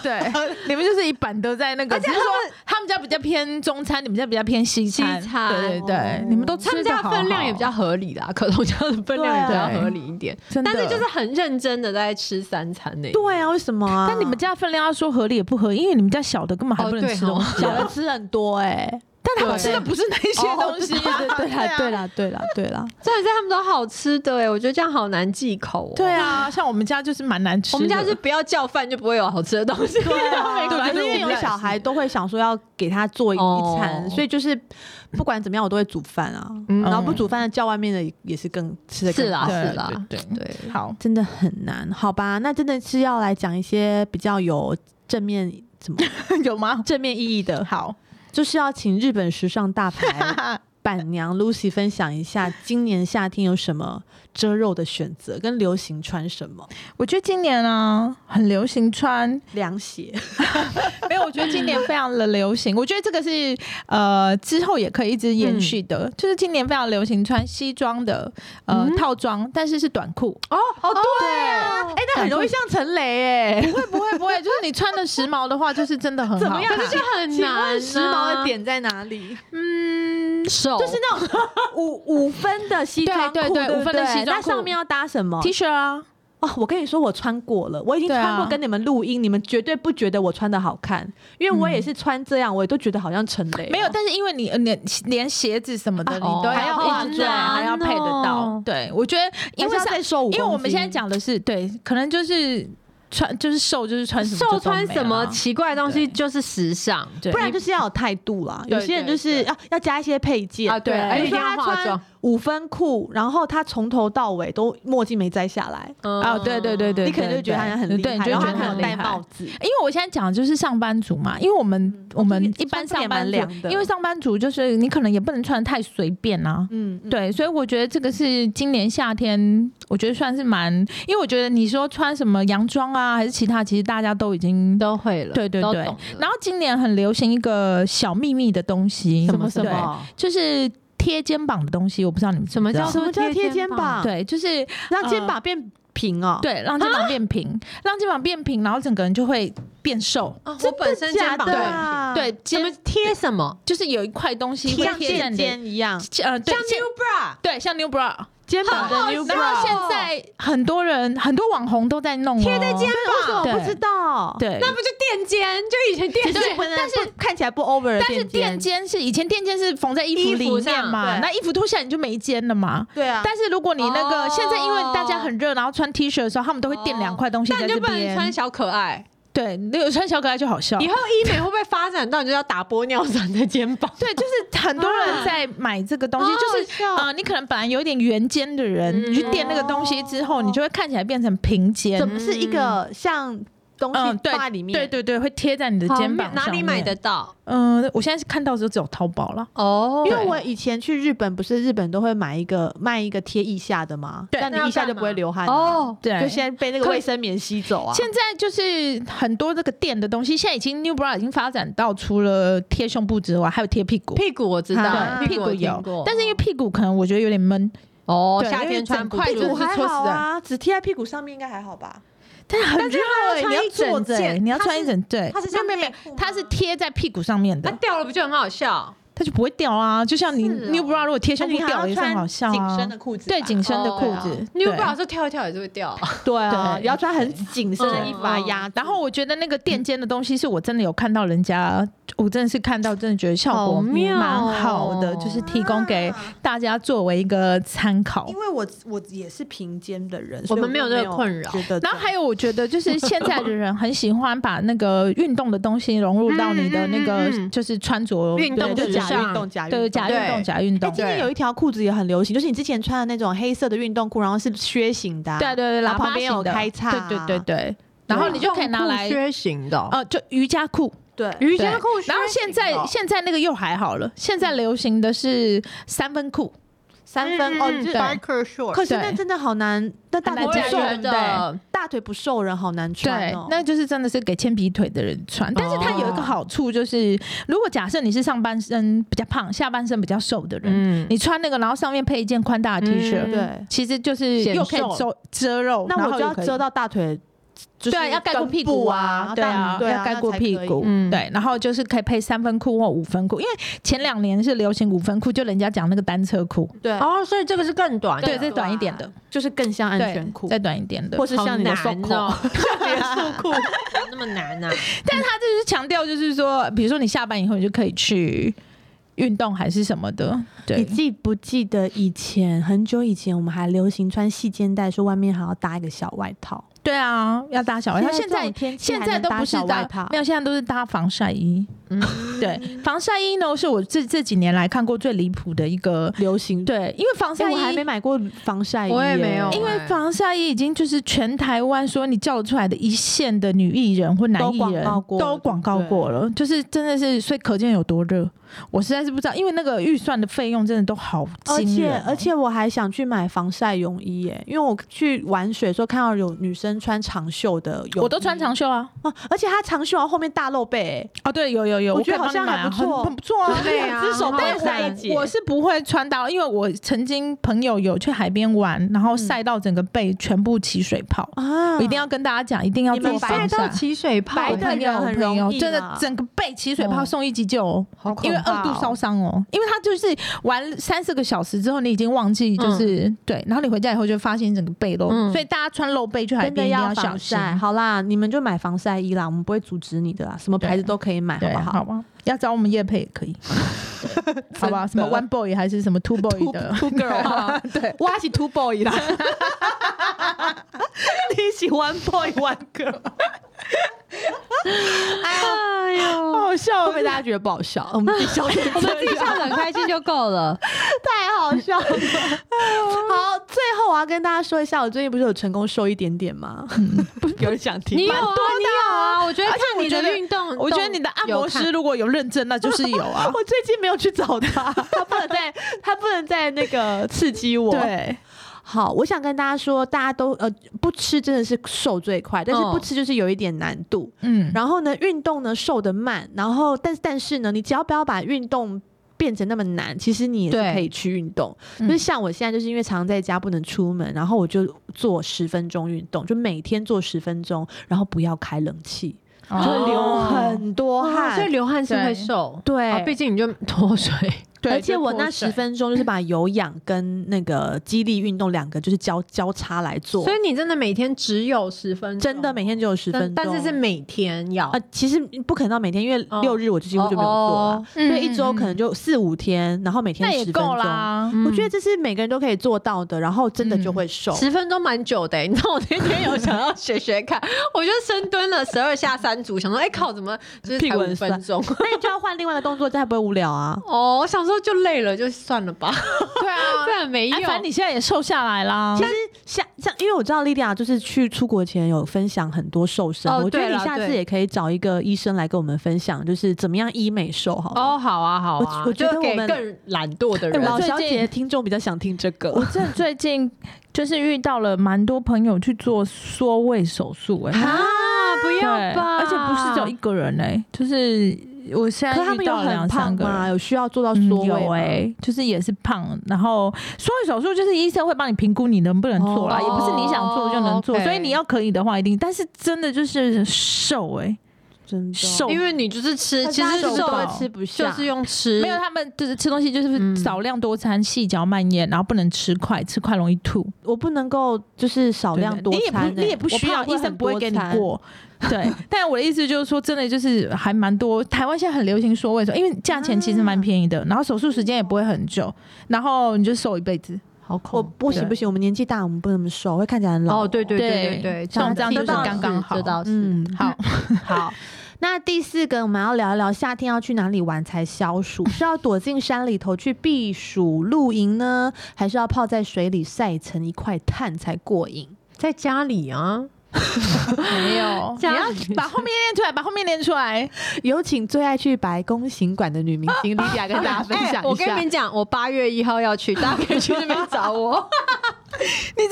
S3: 对，你们就是一般都在那个，只是说他们家比较偏中餐，你们家比较偏西餐。
S2: 西餐
S3: 对对
S1: 哦
S3: 对，你们都
S2: 他
S3: 吃
S2: 们
S3: 的
S2: 家分量也比较，合理啦，可颂家的分量也比
S3: 对
S2: 较
S3: 啊
S2: 合理一点，
S3: 真的
S2: 但是就是很认真的在吃三餐欸呢。
S1: 对啊，为什么啊？
S3: 但你们家分量要说合理也不合理，因为你们家小的根本还
S2: 哦
S3: 不能
S2: 对
S3: 吃
S2: 哦
S3: 东西
S1: 小
S3: 啊，
S1: 的吃很多哎，
S3: 但他们
S2: 对
S3: 吃的不是那些东 西啊。
S1: 对对啦，对啦，对啦，对 啦，
S2: 重点是他们都好吃的哎，我觉得这样好难忌口哦。
S3: 对啊，像我们家就是蛮难吃的。
S2: 我们家是不要叫饭就不会有好吃的东西，对啊
S1: 对，可是因为有小孩都会想说要给他做一
S2: 哦
S1: 一餐，所以就是不管怎么样，我都会煮饭啊。
S2: 嗯
S1: 然后不煮饭的叫外面的也是更吃的
S2: 是
S1: 更
S2: 啦
S1: 好，
S3: 对
S2: 是啦
S3: 对对
S2: 对。
S3: 好，
S1: 真的很难，好吧？那真的是要来讲一些比较有正面怎么
S3: 有吗？
S1: 正面意义 的，
S3: 好，
S1: 就是要请日本时尚大 牌板娘 Lucy 分享一下今年夏天有什么遮肉的选择，跟流行穿什么
S3: 我觉得今年啊很流行穿
S1: 凉鞋。
S3: 没有，我觉得今年非常的流行，我觉得这个是呃之后也可以一直延续的，就是今年非常流行穿西装的呃、
S2: 嗯
S3: 套装，但是是短裤，
S1: 哦哦，对啊，哎、那很容易像陈雷哎、
S3: 不会不会不会，就是你穿的时髦的话，就是真的很好
S1: 怎么样
S3: 可
S2: 可
S3: 是
S2: 是就 很
S1: 请
S2: 难、啊，
S1: 问时髦的点在哪里？
S3: 嗯，
S2: 瘦，
S1: 就是那种五五分的西装裤，
S3: 对对对
S1: 不
S3: 五分的西装
S1: 那
S3: 裤
S1: 上面要搭什么
S3: T 恤啊，
S1: 哦，我跟你说，我穿过了，我已经
S3: 对啊
S1: 穿过跟你们录音，你们绝对不觉得我穿的好看，因为我也是穿这样，我也都觉得好像陈雷哦、
S3: 嗯没有，但是因为你呃连连鞋子什么的、
S1: 啊
S3: 你都
S2: 还要
S3: 要
S2: 化
S3: 一直对，
S2: 妆
S3: 还要配得到
S2: 哦，
S3: 对我觉得因
S1: 还
S3: 为
S1: 是要
S3: 像
S1: 再瘦五公
S3: 因
S1: 斤，
S3: 为我们现在讲的是对，可能就是穿就是瘦就是穿什么
S2: 瘦
S3: 就都
S2: 穿
S3: 美
S2: 什么
S3: 了啊
S2: 奇怪的东西就是时尚，
S3: 对
S1: 不然就是要有态度啦。
S2: 对
S1: 有些人就是
S2: 对
S1: 要要加一些配件
S2: 啊对
S1: 比如
S2: 一定
S1: 说
S2: 要
S1: 他
S2: 化
S1: 穿
S2: 妆
S1: 五分裤，然后他从头到尾都墨镜没摘下来，
S2: 嗯
S3: 哦，对对对对，
S1: 你可能就觉得他好像很厉
S3: 对，
S1: 害，
S3: 你
S1: 然
S3: 就
S1: 后
S3: 觉
S1: 他
S3: 得
S1: 可能
S3: 很厉
S1: 戴
S3: 害。
S1: 帽子，
S3: 因为我现在讲的就是上班族嘛，因为我们、我们
S1: 这个
S3: 一般
S1: 这个也蛮
S3: 上班族
S1: 凉，的
S3: 因为上班族就是你可能也不能穿的太随便啊。
S1: 嗯，嗯，
S3: 对，所以我觉得这个是今年夏天，我觉得算是蛮，因为我觉得你说穿什么洋装啊，还是其他，其实大家都已经
S2: 都会了，
S3: 对对
S2: 都
S3: 对
S2: 懂了。
S3: 然后今年很流行一个小秘密的东西，
S1: 什么什
S3: 对
S1: 么
S3: 就是贴肩膀的东西，我不知道你们知
S2: 什么
S3: 不知
S2: 叫
S3: 道
S1: 什么叫贴
S2: 贴
S1: 肩
S2: 肩
S1: 膀？
S2: 膀，
S3: 对，就是
S1: 让肩膀变平哦。
S3: 对，让肩膀变平，让肩膀变平，然后整个人就会变瘦。
S2: 啊我本身肩膀
S1: 对
S3: 对，
S2: 什么
S3: 肩
S2: 贴什么？
S3: 就是有一块东西会
S1: 啊像
S3: 贴在
S1: 垫
S3: 你的，
S1: 肩一样，
S3: 呃，对，像
S2: bra，
S3: 对，像 New Bra。
S1: 肩
S2: 哦
S1: 膀的 new
S3: 然
S1: bra
S3: 后现在很多人，很多网红都在弄贴在肩，
S1: 为什么我不知道？，
S3: 对。
S2: 那不就垫肩？就以前垫
S1: 只是
S2: 肩
S1: 不能，但是看起来不 over 的
S3: 但是
S1: 垫
S3: 垫
S1: 肩，
S3: 肩是以前垫肩是缝在衣服里
S2: 衣服
S3: 面
S2: 上啊
S3: 嘛，
S1: 对
S3: 那衣服脱下来你就没肩了嘛。
S1: 对啊
S3: 但是如果你那个
S2: 哦
S3: 现在因为大家很热，然后穿 T 恤的时候，他们都会垫两块东西
S2: 但
S3: 在
S2: 哦你就
S3: 这
S2: 不能穿
S3: 边。
S2: 小可爱。
S3: 对，那有穿小可爱就好笑
S2: 以。后医美会不会发展到你就要打玻尿酸的肩膀？
S3: 对，就是很多人在买这个东西，
S2: 啊
S3: 就是
S1: 哦
S2: 好好笑
S3: 呃，你可能本来有点圆肩的人，
S2: 嗯
S3: 你去垫那个东西之后，你就会看起来变成平肩
S1: 怎。么是一个像东
S3: 嗯，
S1: 西
S3: 对
S1: 挂里面？
S3: 对对对，会贴在你的 肩膀上面。
S2: 哪里买得？到？
S3: 嗯，我现在是看到的时候只有淘宝了。
S2: 哦
S1: 因为我以前去日本，不是日本都会买一个卖一个贴腋下的吗？
S3: 对
S1: 但你
S2: 那要
S1: 腋下
S2: 干
S1: 就不会
S2: 嘛
S1: 流汗啊。
S2: 哦，
S3: 对，
S1: 就现在被那个
S3: 可
S1: 卫生棉吸走啊。
S3: 现在就是很多这个垫的东西，现在已经 New Bra 已经发展到除了贴胸部之外，还有贴屁股。
S2: 屁股我知
S1: 啊
S2: 道，
S3: 对，屁
S2: 股我听
S3: 有
S2: 过，
S3: 但是因为屁股可能我觉得有点闷，
S2: 哦，
S3: 对
S2: 夏天穿不
S3: 因为
S2: 住
S3: 整
S1: 股
S3: 块就是
S1: 还
S3: 戳
S1: 好
S3: 死人
S1: 啊，只贴在屁股上面应该还好吧？
S3: 但很热欸，
S2: 但是它要穿
S3: 你要
S2: 一整
S3: 坐着欸，
S2: 件
S3: 你要
S2: 它
S3: 穿
S2: 是
S3: 一整对，
S1: 它是像
S3: 没有没有
S1: 内裤吗
S3: 它是贴在屁股上面
S2: 它
S3: 的，
S2: 掉了不就很好笑？
S3: 它就不会掉啊。就像你
S2: 是哦
S3: New Bra 如果贴
S1: 那
S3: 胸部
S1: 你
S3: 掉也是很
S1: 穿
S3: 好笑
S1: 紧身
S3: 啊
S1: 的。裤子吧，啊
S3: 对，紧身的裤子
S2: 哦，
S3: 对
S2: New Bra 是跳一跳也是会掉，
S1: 对啊，
S3: 对
S1: 也要穿很紧身的衣服啊，
S2: 嗯嗯
S1: 压住。
S3: 然后我觉得那个垫肩的东西是我真的有看到人家我真的是看到，真的觉得效果
S2: 好妙
S3: 蛮好的，
S1: 啊
S2: 哦
S3: 就是提供给大家作为一个参考
S1: 因。为我我也是平肩的人，
S2: 我
S1: 所以
S2: 们没
S1: 哦没
S2: 有这个困扰
S1: 觉得
S3: 然后还有，我觉得就是现在的人很喜欢把那个运动的东西融入到你的那
S2: 嗯嗯
S3: 个
S2: 嗯
S3: 就是穿着
S2: 运动
S3: 对
S1: 对
S2: 时
S3: 就
S1: 就
S2: 尚
S3: 假
S1: 假运动假运动
S3: 对假运动假运
S2: 对
S3: 动
S1: 哎，，今天有一条裤子也很流行，就是你之前穿的那种黑色的运动裤，然后是靴型的啊、
S3: 对对对，
S1: 然
S3: 喇
S1: 后
S3: 叭
S1: 旁边有
S3: 型的
S1: 开叉
S3: 对对对对，然后你就可以拿来
S2: 靴型的哦，
S3: 呃，就瑜伽裤，
S1: 对，
S2: 瑜伽
S3: 对
S2: 裤靴型的哦。
S3: 然后现在现在那个又还好了，现在流行的是三分裤，
S1: 三分、哦，你
S2: 就是
S3: 对
S2: biker short，
S1: 可是那
S3: 对
S1: 真的好难，那大腿
S3: 很
S1: 不
S3: 难
S1: 瘦
S3: 加，
S2: 人
S3: 人
S2: 的
S3: 的
S1: 大腿不瘦人好难穿
S3: 对
S1: 哦。，
S3: 那就是真的是给铅笔腿的人穿。但是它有一个好处就是，如果假设你是上半身比较胖，下半身比较瘦的人，
S2: 嗯，
S3: 你穿那个，然后上面配一件宽大的 T 恤，
S2: 嗯
S1: 对，
S3: 其实就是
S2: 显
S3: 又可以
S2: 瘦
S3: 遮遮肉，
S1: 那
S3: 然
S1: 我就
S3: 后又
S1: 要
S3: 可以
S1: 遮到大腿，就是
S3: 对啊，要盖过
S1: 根
S3: 屁股
S1: 部
S3: 啊
S1: 啊，，
S3: 对啊
S1: 大，对
S3: 要盖过屁股，
S2: 嗯
S3: 对，然后就是可以配三分裤或五分裤，因为前两年是流行五分裤，就人家讲那个单车裤，
S1: 对，啊
S2: 哦，所以这个是更短的，
S3: 对，再啊短一点的，
S1: 就是更像安
S3: 对
S1: 全裤，
S3: 再短一点的，
S1: 或是
S2: 好
S1: 像你的
S2: 难
S1: 袖口，
S2: 哦
S1: 像你的束 裤，
S2: 怎么那么难啊？
S3: 他就是强调就是说，比如说你下班以后，你就可以去运动还是什么的，
S1: 你
S3: 对。
S1: 记不记得以前很久以前，我们还流行穿细肩带，说外面还要搭一个小外套。
S3: 对啊，要搭小外套。
S1: 现在
S3: 现
S1: 这
S3: 在
S1: 种天气
S3: 现
S1: 还
S3: 在
S1: 能
S3: 都
S1: 搭
S3: 不是
S1: 小外套
S3: 没有，现在都是搭防晒衣。
S2: 嗯
S3: 嗯，对，防晒衣呢是我这这几年来看过最离谱的一个。
S1: 流行，
S3: 对，因为防
S1: 哎
S3: 晒衣、
S1: 我还没买过防晒衣耶，
S2: 我也没有
S3: 因为
S2: 哎
S3: 防晒衣已经就是全台湾说你叫得出来的一线的女艺人或男艺人
S1: 都广告过了
S3: 都广告过了，就是真的是，所以可见有多热。我实在是不知道，因为那个预算的费用真的都好
S1: 而
S3: 惊
S1: 且
S3: 人哦
S1: 而且我还想去买防晒泳衣耶，因为我去玩水的时候看到有女生穿长袖的泳衣，
S3: 我都穿长袖啊。
S1: 啊，而且她长袖然后后面大露背耶，
S3: 哦，对，有有有，
S1: 我
S3: 我
S1: 觉得
S3: 可以
S1: 好像
S3: 帮你买
S1: 还
S3: 啊
S1: 不错
S3: 很很不错啊。
S2: 对啊，
S1: 只手
S2: 很好
S1: 戴
S3: 但
S1: 着
S3: 是
S1: 晒
S2: 看
S1: 姐
S3: 我我是不会穿到，因为我曾经朋友有去海边玩，然
S1: 嗯
S3: 后晒到整个背全部起水泡。
S1: 啊，
S3: 我一定要跟大家讲，一定要
S1: 你们
S3: 做
S1: 晒
S3: 防
S2: 晒到
S3: 晒。
S2: 起水泡，
S1: 白的
S3: 朋友
S1: 人很
S3: 朋友
S1: 容易
S3: 真的
S1: 啦
S3: 整个背起水泡
S2: 哦
S3: 送一急救哦，
S2: 好可怕哦
S3: 因为二度烧伤哦，因为他就是玩三四个小时之后，你已经忘记就是、
S1: 嗯
S3: 对，然后你回家以后就发现整个背露，
S2: 嗯
S3: 所以大家穿露背去海
S1: 真的
S3: 边一定小
S1: 防
S3: 心，
S1: 晒。好啦，你们就买防晒衣啦，我们不会阻止你的啦，什么牌子都可以买，好
S3: 对，
S1: 不
S3: 好吧，要找我们叶配也可以，对好吧，什么 One Boy 还是什么 Two Boy 的
S1: Two girl，
S3: 对。
S1: 我还是 two boy 啦，你喜欢 boy one girl，
S2: 哎呦，
S3: 好笑
S1: 会不会大家觉得不好笑？我们自己 笑成
S2: 我们
S1: 这
S2: 自己
S1: 样
S2: 笑得很开心就够了。
S1: 太好笑了。好，最后我要跟大家说一下，我最近不是有成功瘦一点点吗？不嗯是有人想听
S2: 你有
S1: 吗？
S2: 啊，你有啊，我觉得
S3: 而
S2: 看
S3: 且我
S2: 你
S3: 觉
S2: 的
S3: 得
S2: 运动，
S3: 我觉得你的按摩师如果有认真，那就是有 啊。
S1: 我最近没有去找他，他不能再，他不能再那个刺激我。
S3: 对，
S1: 好，我想跟大家说，大家都呃不吃真的是瘦最快，但是
S2: 嗯
S1: 不吃就是有一点难度。
S3: 嗯，
S1: 然后呢，运动呢瘦得慢，然后但但是呢，你只要不要把运动。变成那么难，其实你也
S2: 对
S1: 是可以去运动。就
S3: 嗯
S1: 是像我现在，就是因为常在家不能出门，然后我就做十分钟运动，就每天做十分钟，然后不要开冷气，就
S2: 哦
S1: 会流很多
S2: 哇，
S1: 汗。
S2: 所以流汗是会
S3: 对
S2: 瘦，
S1: 对，
S2: 啊，毕竟你就脱水，
S3: 对
S1: 而且我
S3: 就
S1: 那
S3: 脱水
S1: 十分钟就是把有氧跟那个肌力运动两个就是交交叉来做
S2: 所，以你真的每天只有十分钟，
S1: 真的每天只有十
S2: 但
S1: 分钟，
S2: 但是是每天要
S1: 啊、其实不可能到每天，因为
S2: 哦
S1: 六日我就几乎就没有做了
S2: 哦，
S1: 所以一周可能就四五天，然后每天
S3: 那
S1: 十
S3: 也
S1: 分
S3: 够
S1: 钟。
S3: 啦。
S2: 嗯
S1: 我觉得这是每个人都可以做到的，然后真的就会瘦。
S2: 十分钟蛮久的欸、你知道我那天有想要学学看，我就深蹲了十二下三组，想说哎、靠，怎么就是
S1: 屁
S2: 才
S1: 股
S2: 五
S1: 很酸
S2: 分 钟？
S1: 那你就要换另外一个动作，这样不会无聊啊？
S2: 哦，我想说就累了，就算了吧，
S3: 对啊
S2: 不，然没用。
S3: 哎反正你现在也瘦下来啦。
S1: 像像，因为我知道莉莉亚就是去出国前有分享很多瘦身，
S2: 哦
S1: 我觉
S2: 对
S1: 得你
S2: 啦
S1: 下次
S2: 对
S1: 也可以找一个医生来跟我们分享，就是怎么样医美瘦好了。
S2: 哦，好啊，好啊，
S1: 我我觉得
S2: 就给
S1: 我们
S2: 更懒惰的人。
S1: 老
S3: 最
S1: 小
S3: 近
S1: 姐听众比较想听这
S3: 我
S1: 个，
S3: 哦这最近就是遇到了蛮多朋友去做缩胃手术、哎，
S2: 啊，不
S3: 对，
S2: 要吧！
S3: 而且不是只有一个人哎、就是我现
S1: 可是
S3: 在
S1: 他们
S3: 遇
S1: 有
S3: 到了
S1: 很
S3: 两
S1: 胖
S3: 三个
S1: 吗？
S3: 人。
S1: 有需要做到
S3: 嗯
S1: 缩胃吗、
S3: 有哎、就是也是胖，然后缩胃手术就是医生会帮你评估你能不能做啦，
S1: 哦
S3: 也不是你想做就能做，
S2: OK
S3: 所以你要可以的话一定，但是真的就是瘦哎、
S1: 真的
S3: 瘦
S2: 因为你就是吃，
S4: 大
S2: 其
S4: 家
S2: 实
S4: 手
S2: 瘦
S4: 都
S2: 了
S4: 吃不下，
S2: 就是用吃
S1: 嗯
S3: 没，有，他们就是吃东西就是
S2: 嗯
S3: 少量多餐，细嚼慢咽，然后不能吃快，吃快容易吐。
S1: 我不能够就是少量
S3: 对
S1: 多
S3: 你也
S1: 餐欸、
S3: 不你也不
S1: 我
S3: 需
S1: 怕
S3: 要，
S1: 会
S3: 医生
S1: 很
S3: 不会
S1: 多
S3: 给你
S1: 餐。
S3: 过。对，但我的意思就是说，真的就是还蛮多。台湾现在很流行缩胃手，因为价钱其实蛮便宜的，然后手术时间也不会很久，然后你就瘦一辈子。
S2: 好
S1: 我
S2: 恐怖。
S1: 不行
S3: 对
S1: 不行，我们年纪大，我们不能那么瘦，会看起来很老。
S2: 哦，对对对
S3: 对
S2: 对对，
S3: 像我这样
S2: 体
S3: 就是
S2: 重
S3: 刚刚好
S4: 这倒是。
S1: 嗯，
S3: 好，
S4: 好，
S1: 那第四个我们要聊一聊夏天要去哪里玩才消 暑，是要躲进山里头去避暑露营呢，还是要泡在水里晒成一块炭才过瘾？
S2: 在家里啊，
S3: 没有，你
S2: 这样
S3: 要把后面练出来，把后面练出来。
S1: 有请最爱去白宫行馆的女明星莉迪亚跟大家分享一
S3: 哎
S1: 下。
S2: 我跟你们讲，我八月一号要去，大家可以去那边找 我。
S1: 你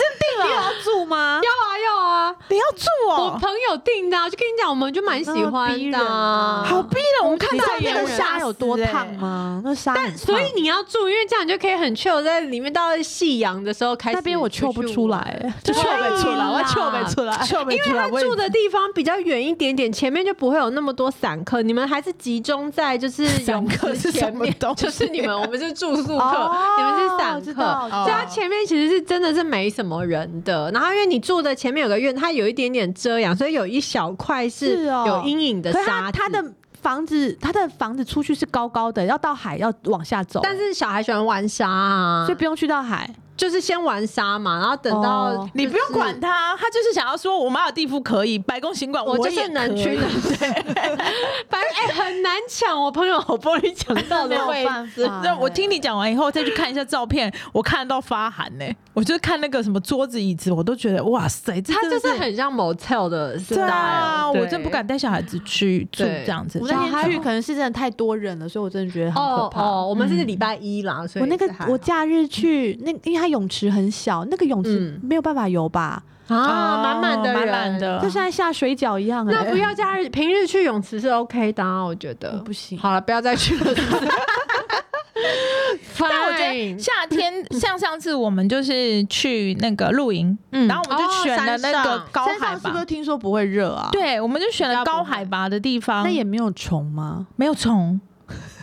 S1: 有要住吗？
S2: 要啊要啊，
S3: 你要住
S2: 我
S3: 哦，
S2: 朋友订的啊，就跟你讲，我们就蛮喜欢的啊。
S1: 那么逼人啊
S3: 好逼人！我们看
S1: 你
S3: 到
S1: 知道那
S3: 片
S1: 个
S3: 都
S1: 沙
S3: 吓欸
S1: 有多烫？吗？那沙很烫，
S2: 所以你要住，因为这样你就可以很 chill，在里面到夕阳的时候开始。
S1: 那边我求不出来，。欸
S3: 就
S2: 可
S3: 翘
S2: 以
S3: 不出来，我
S2: 啦
S3: 翘不出来，翘不
S2: 因为
S3: 出来。
S2: 他
S3: 我也
S2: 住的地方比较远一点点，前面就不会有那么多散客，你们还是集中在就是
S3: 散
S2: 泳
S3: 客
S2: 池
S3: 是什
S2: 前
S3: 么
S2: 面
S3: 东，西
S2: 就是你们，我们是住宿 客，
S1: 哦
S2: 你们是
S1: 我
S2: 散
S1: 知
S2: 客
S1: 道我知，道
S2: 所以它前面其实是真的是没什么人的。然后因为你住的前面有个院，它有一点点遮阳，所以有一小块是
S1: 是哦
S2: 有阴影的
S1: 可是
S2: 沙
S1: 他
S2: 子。
S1: 他的房子，他的房子出去是高高的，要到海要往下走，
S2: 但是小孩喜欢玩沙啊，
S1: 所以不用去到海。
S2: 就是先玩沙嘛，然后等到、
S1: 哦
S3: 你不用管他，他就是想要说，我马尔地夫可以，白宫行馆
S2: 我就
S3: 也
S2: 是能
S3: 可
S2: 屈
S3: 以
S2: 能伸，反正哎、很难抢，我朋友好不容易抢 到
S1: 没
S2: 的
S1: 有
S2: 位
S1: 办
S2: 置，
S1: 法欸
S3: 那我听你讲完以后，再去看一下照片，我看到发寒呢、我就是看那个什么桌子椅子，我都觉得哇塞，这
S2: 它
S3: 真
S2: 就
S3: 的
S2: 是很像 motel 的 style，
S3: 对啊，
S2: 对
S3: 我真不敢带小孩子去住
S2: 对
S3: 这样子
S1: 哦我。
S3: 小
S1: 那
S3: 孩
S1: 天去可能是真的太多人了，所以我真的觉得很可
S2: 哦
S1: 怕。
S2: 哦，我们是礼拜一啦，所以
S1: 我那个
S2: 是还好
S1: 我假日去那，因为它泳池很小，那个泳池
S2: 嗯
S1: 没有办法游吧，
S2: 啊，满满的
S3: 满
S2: 人
S3: 满。的，
S1: 就像在下水饺一样、欸。
S2: 那不 要假日，平日去泳池是 OK 的、啊，我觉得
S1: 不行
S2: 好了，不要再去了。
S3: 但我觉得
S2: Fine
S3: 夏天， 像上次我们就是去那个露营，
S1: 嗯
S3: 然后我们就
S2: 哦
S3: 选了那
S2: 山
S3: 个
S2: 上
S3: 高
S1: 山
S3: 海
S1: 上是不
S3: 拔
S1: 是，听说不会热啊？，
S3: 对，我们就选了
S2: 比较
S3: 高
S2: 不会
S3: 海拔的地方，
S1: 那也没有虫吗？
S3: 没有虫，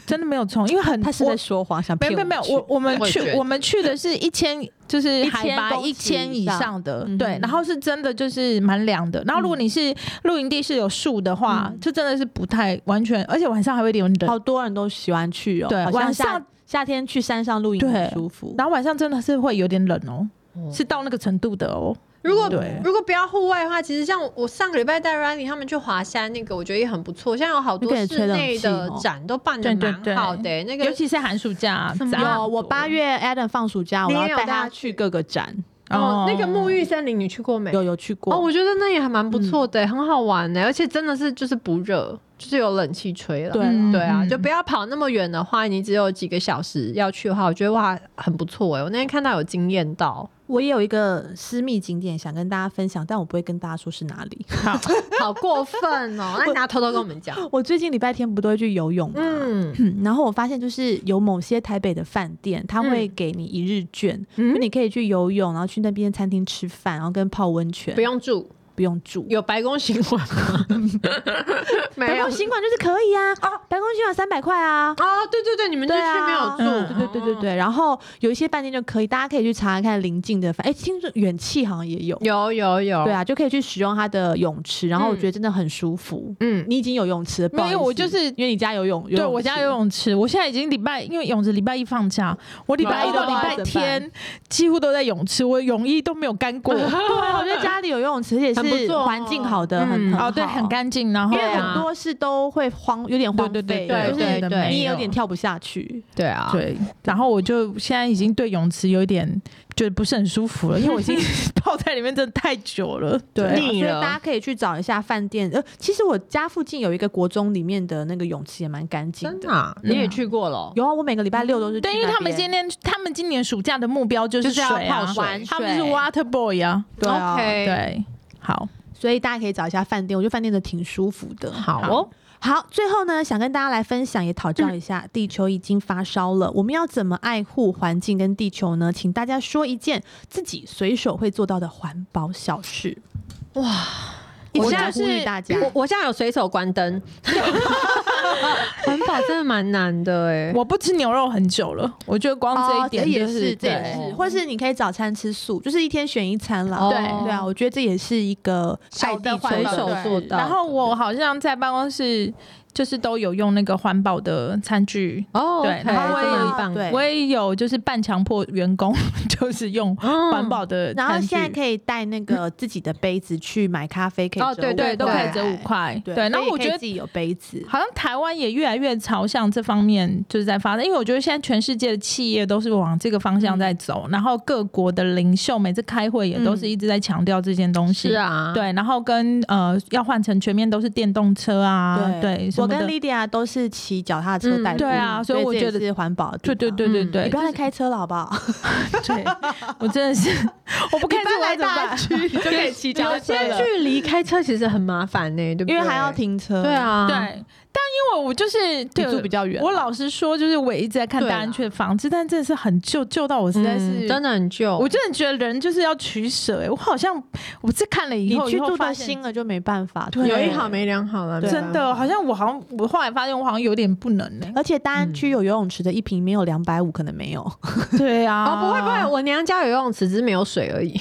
S3: 真的没有虫，因为很
S1: 他是
S3: 我
S1: 在说谎，想
S3: 没
S1: 骗
S3: 有没有没
S1: 们
S3: 有，
S1: 去
S3: 我我们
S2: 我也觉
S3: 去
S2: 得
S3: 我们去的是一千，就是
S1: 1000
S3: 海拔
S1: 公尺
S3: 一千
S1: 以
S3: 以
S1: 上
S3: 上的
S1: 嗯，
S3: 对，然后是真的就是蛮凉的。然后如果你是露营地是有树的话
S1: 嗯，
S3: 就真的是不太完全，而且晚上还会有点冷。
S1: 好多人都喜欢去哦，
S3: 对
S1: 好像
S3: 晚
S1: 夏
S3: 上
S1: 夏天去山上露营很
S3: 对
S1: 舒服。
S3: 然后晚上真的是会有点冷哦，
S2: 哦
S3: 是到那个程度的哦。
S2: 如果
S3: 对
S2: 如果不要户外的话，其实像我我上个礼拜带 Rani 他们去华山那个，我觉得也很不错。现在有好多
S1: 那个也吹
S2: 室
S1: 冷
S2: 内
S1: 气
S2: 的
S1: 哦
S2: 展都办的
S3: 对
S2: 蛮
S3: 对对
S2: 好的欸、那
S3: 尤
S2: 个
S3: 其是寒暑假
S2: 什，么
S3: 杂
S1: 有，我八月 Adam 放暑假，我
S2: 你也
S1: 要
S2: 有
S1: 带
S2: 带
S1: 他
S2: 他
S1: 去各个展，
S2: 哦，那个沐浴森林你去过没？
S1: 有有去过。
S2: 哦，我觉得那也还蛮不错的欸、很好玩的、而且真的是就是不热，就是有冷气吹了。
S1: 对
S3: 嗯
S2: 对啊，
S3: 嗯
S2: 就不要跑那么远的话，你只有几个小时要去的话，我觉得哇很不错哎、我那天看到有惊艳到，
S1: 我也有一个私密景点想跟大家分享，但我不会跟大家说是哪里。
S2: 好过分哦、那你拿偷偷跟我们讲，
S1: 我最近礼拜天不都会去游泳吗？
S2: 嗯，
S1: 然后我发现，就是有某些台北的饭店，他会给你一日券，
S2: 嗯
S1: 就你可以去游泳，然后去那边餐厅吃饭，然后跟泡温泉，
S2: 不用住，
S1: 不用住。
S2: 有白宫行馆吗？
S1: 白
S2: 没有
S1: 宫。行馆就是可以啊，白宫行馆三百块啊，
S2: 哦，对对对，你们就
S1: 对
S2: 去
S1: 啊
S2: 没有
S3: 嗯
S2: 住，
S1: 对对对对对，然后有一些饭店就可以，大家可以去查看临近的饭，哎、听说远气好像也有，
S2: 有有有，
S1: 对，啊，就可以去使用它的泳池，然后我觉得真的很舒服。
S2: 嗯，
S1: 你已经有泳池了，不好
S3: 嗯没有
S1: 意思
S3: 我就是
S1: 因为你家有泳，
S3: 对我家游
S1: 池，
S3: 泳池，我现在已经礼拜，因为泳池礼拜一放假，我礼
S1: 哦
S3: 拜一到礼拜天几乎都在泳池，我泳衣都没有干 过。哦
S1: 对，我觉得家里有游泳 池，也
S2: 很不
S1: 是
S2: 错哦
S1: 环境好的，
S2: 嗯
S1: 很很
S3: 哦，对，
S1: 好
S3: 很干净，然后
S1: 因为
S2: 对啊
S1: 很多事都会荒，有点荒
S3: 对
S1: 废，
S3: 对
S2: 对
S1: 就
S2: 对
S1: 是
S2: 对
S3: 对，
S1: 你也有点跳不下去。
S2: 对啊，
S3: 对，然后我就现在已经对泳池有一点觉得不是很舒服了，因为我 已经泡在里面真的太久了。
S1: 对啊，
S3: 对
S1: 所
S2: 腻
S1: 以
S2: 了
S1: 大家可以去找一下饭店。呃，其实我家附近有一个国中里面的那个泳池也蛮干净
S2: 真
S1: 的。
S2: 的啊，你也去过了哦，
S1: 有啊，我每个礼拜六都是去那
S3: 嗯对，
S1: 边。
S3: 因为他们今天他们今年暑假的目标就是
S2: 就是
S3: 水
S2: 要
S3: 啊，
S2: 泡
S1: 水
S3: 他们是
S1: 水
S3: water boy 啊。
S1: 对啊
S2: OK
S3: 对，好，
S1: 所以大家可以找一下饭店，我觉得饭店的挺舒服的。
S2: 好
S3: 哦，
S1: 好，最后呢，想跟大家来分享，也讨教一
S3: 嗯
S1: 下，地球已经发烧了，我们要怎么爱护环境跟地球呢？请大家说一件自己随手会做到的环保小事。
S2: 哇，你
S1: 我
S2: 现
S1: 在
S2: 在
S1: 呼吁大家，
S2: 我我现在有随手关灯， 环保真的蛮难的哎、
S3: 我不吃牛肉很久了，我觉得光这一点
S1: 哦
S3: 就
S1: 也是，这也
S3: 对
S1: 是，或是你可以早餐吃素，就是一天选一餐啦。
S2: 哦
S1: 对对啊，我觉得这也是一个
S3: 小
S1: 爱地
S3: 的
S1: 球
S3: 环
S2: 随
S3: 保
S2: 手
S3: 对
S2: 做到。
S3: 然后我好像在办公室就是都有用那个环保的餐具，
S2: 哦，
S3: 对
S2: OK，
S3: 然后
S2: 这
S3: 我也
S2: 蛮棒的。
S1: 对
S3: 我也有就是半强迫员工 就是用
S2: 嗯
S3: 环保的餐具，
S1: 然后现在可以带那个自己的杯子去买咖啡，可以
S2: 哦
S1: 折
S2: 对
S1: 五
S3: 对都可以
S1: 块
S3: 折五，块，
S1: 对。
S3: 然后
S1: 所以
S3: 我
S1: 可
S3: 觉
S1: 以
S3: 得
S1: 自己有杯子，
S3: 好像台湾也越来越朝向这方面就是在发展，因为我觉得现在全世界的企业都是往这个方向在走，
S1: 嗯
S3: 然后各国的领袖每次开会也都是一直在强调这件东西。
S2: 是啊，
S3: 对，然后跟呃要换成全面都是电动车啊，对，什
S1: 我
S3: 么
S1: 跟
S3: 的
S1: Lydia 都是骑脚踏车
S2: 嗯
S1: 代步，
S3: 对啊所以我
S1: 这也
S3: 觉得
S1: 是环保的地
S3: 对
S1: 方，
S3: 对对对
S2: 嗯
S3: 对
S1: 你不，要再开车了，好不好？
S3: 对，我真的是，我不开车我要怎 么办？
S1: 区 就可以骑脚
S2: 有些距离开车其实很麻烦呢、对不对？
S1: 因为还要。停车。
S2: 对，啊，
S3: 对，但因为我就是对
S1: 住比较远
S3: 我老实说，就是我一直在看
S2: 对
S3: 大
S2: 啦
S3: 安区的房子，但真的是很旧，旧到我实
S2: 嗯，
S3: 在是
S2: 真的很旧。
S3: 我真的觉得人就是要取舍、欸。我好像我是看了以
S1: 你
S3: 后，
S1: 去
S3: 以后
S1: 住
S3: 发
S1: 到
S3: 现
S1: 新了就没办法。
S3: 对
S2: 有一好没两好啊了，
S1: 对
S3: 真的，
S2: 哦
S3: 好像我好像我后来发现我好像有点不能欸呢、
S1: 而且大安
S3: 嗯
S1: 区有游泳池的一瓶没有两百五，可能没有。
S3: 对啊
S2: 哦，不会不会，我娘家有游泳池，只是没有水 而已。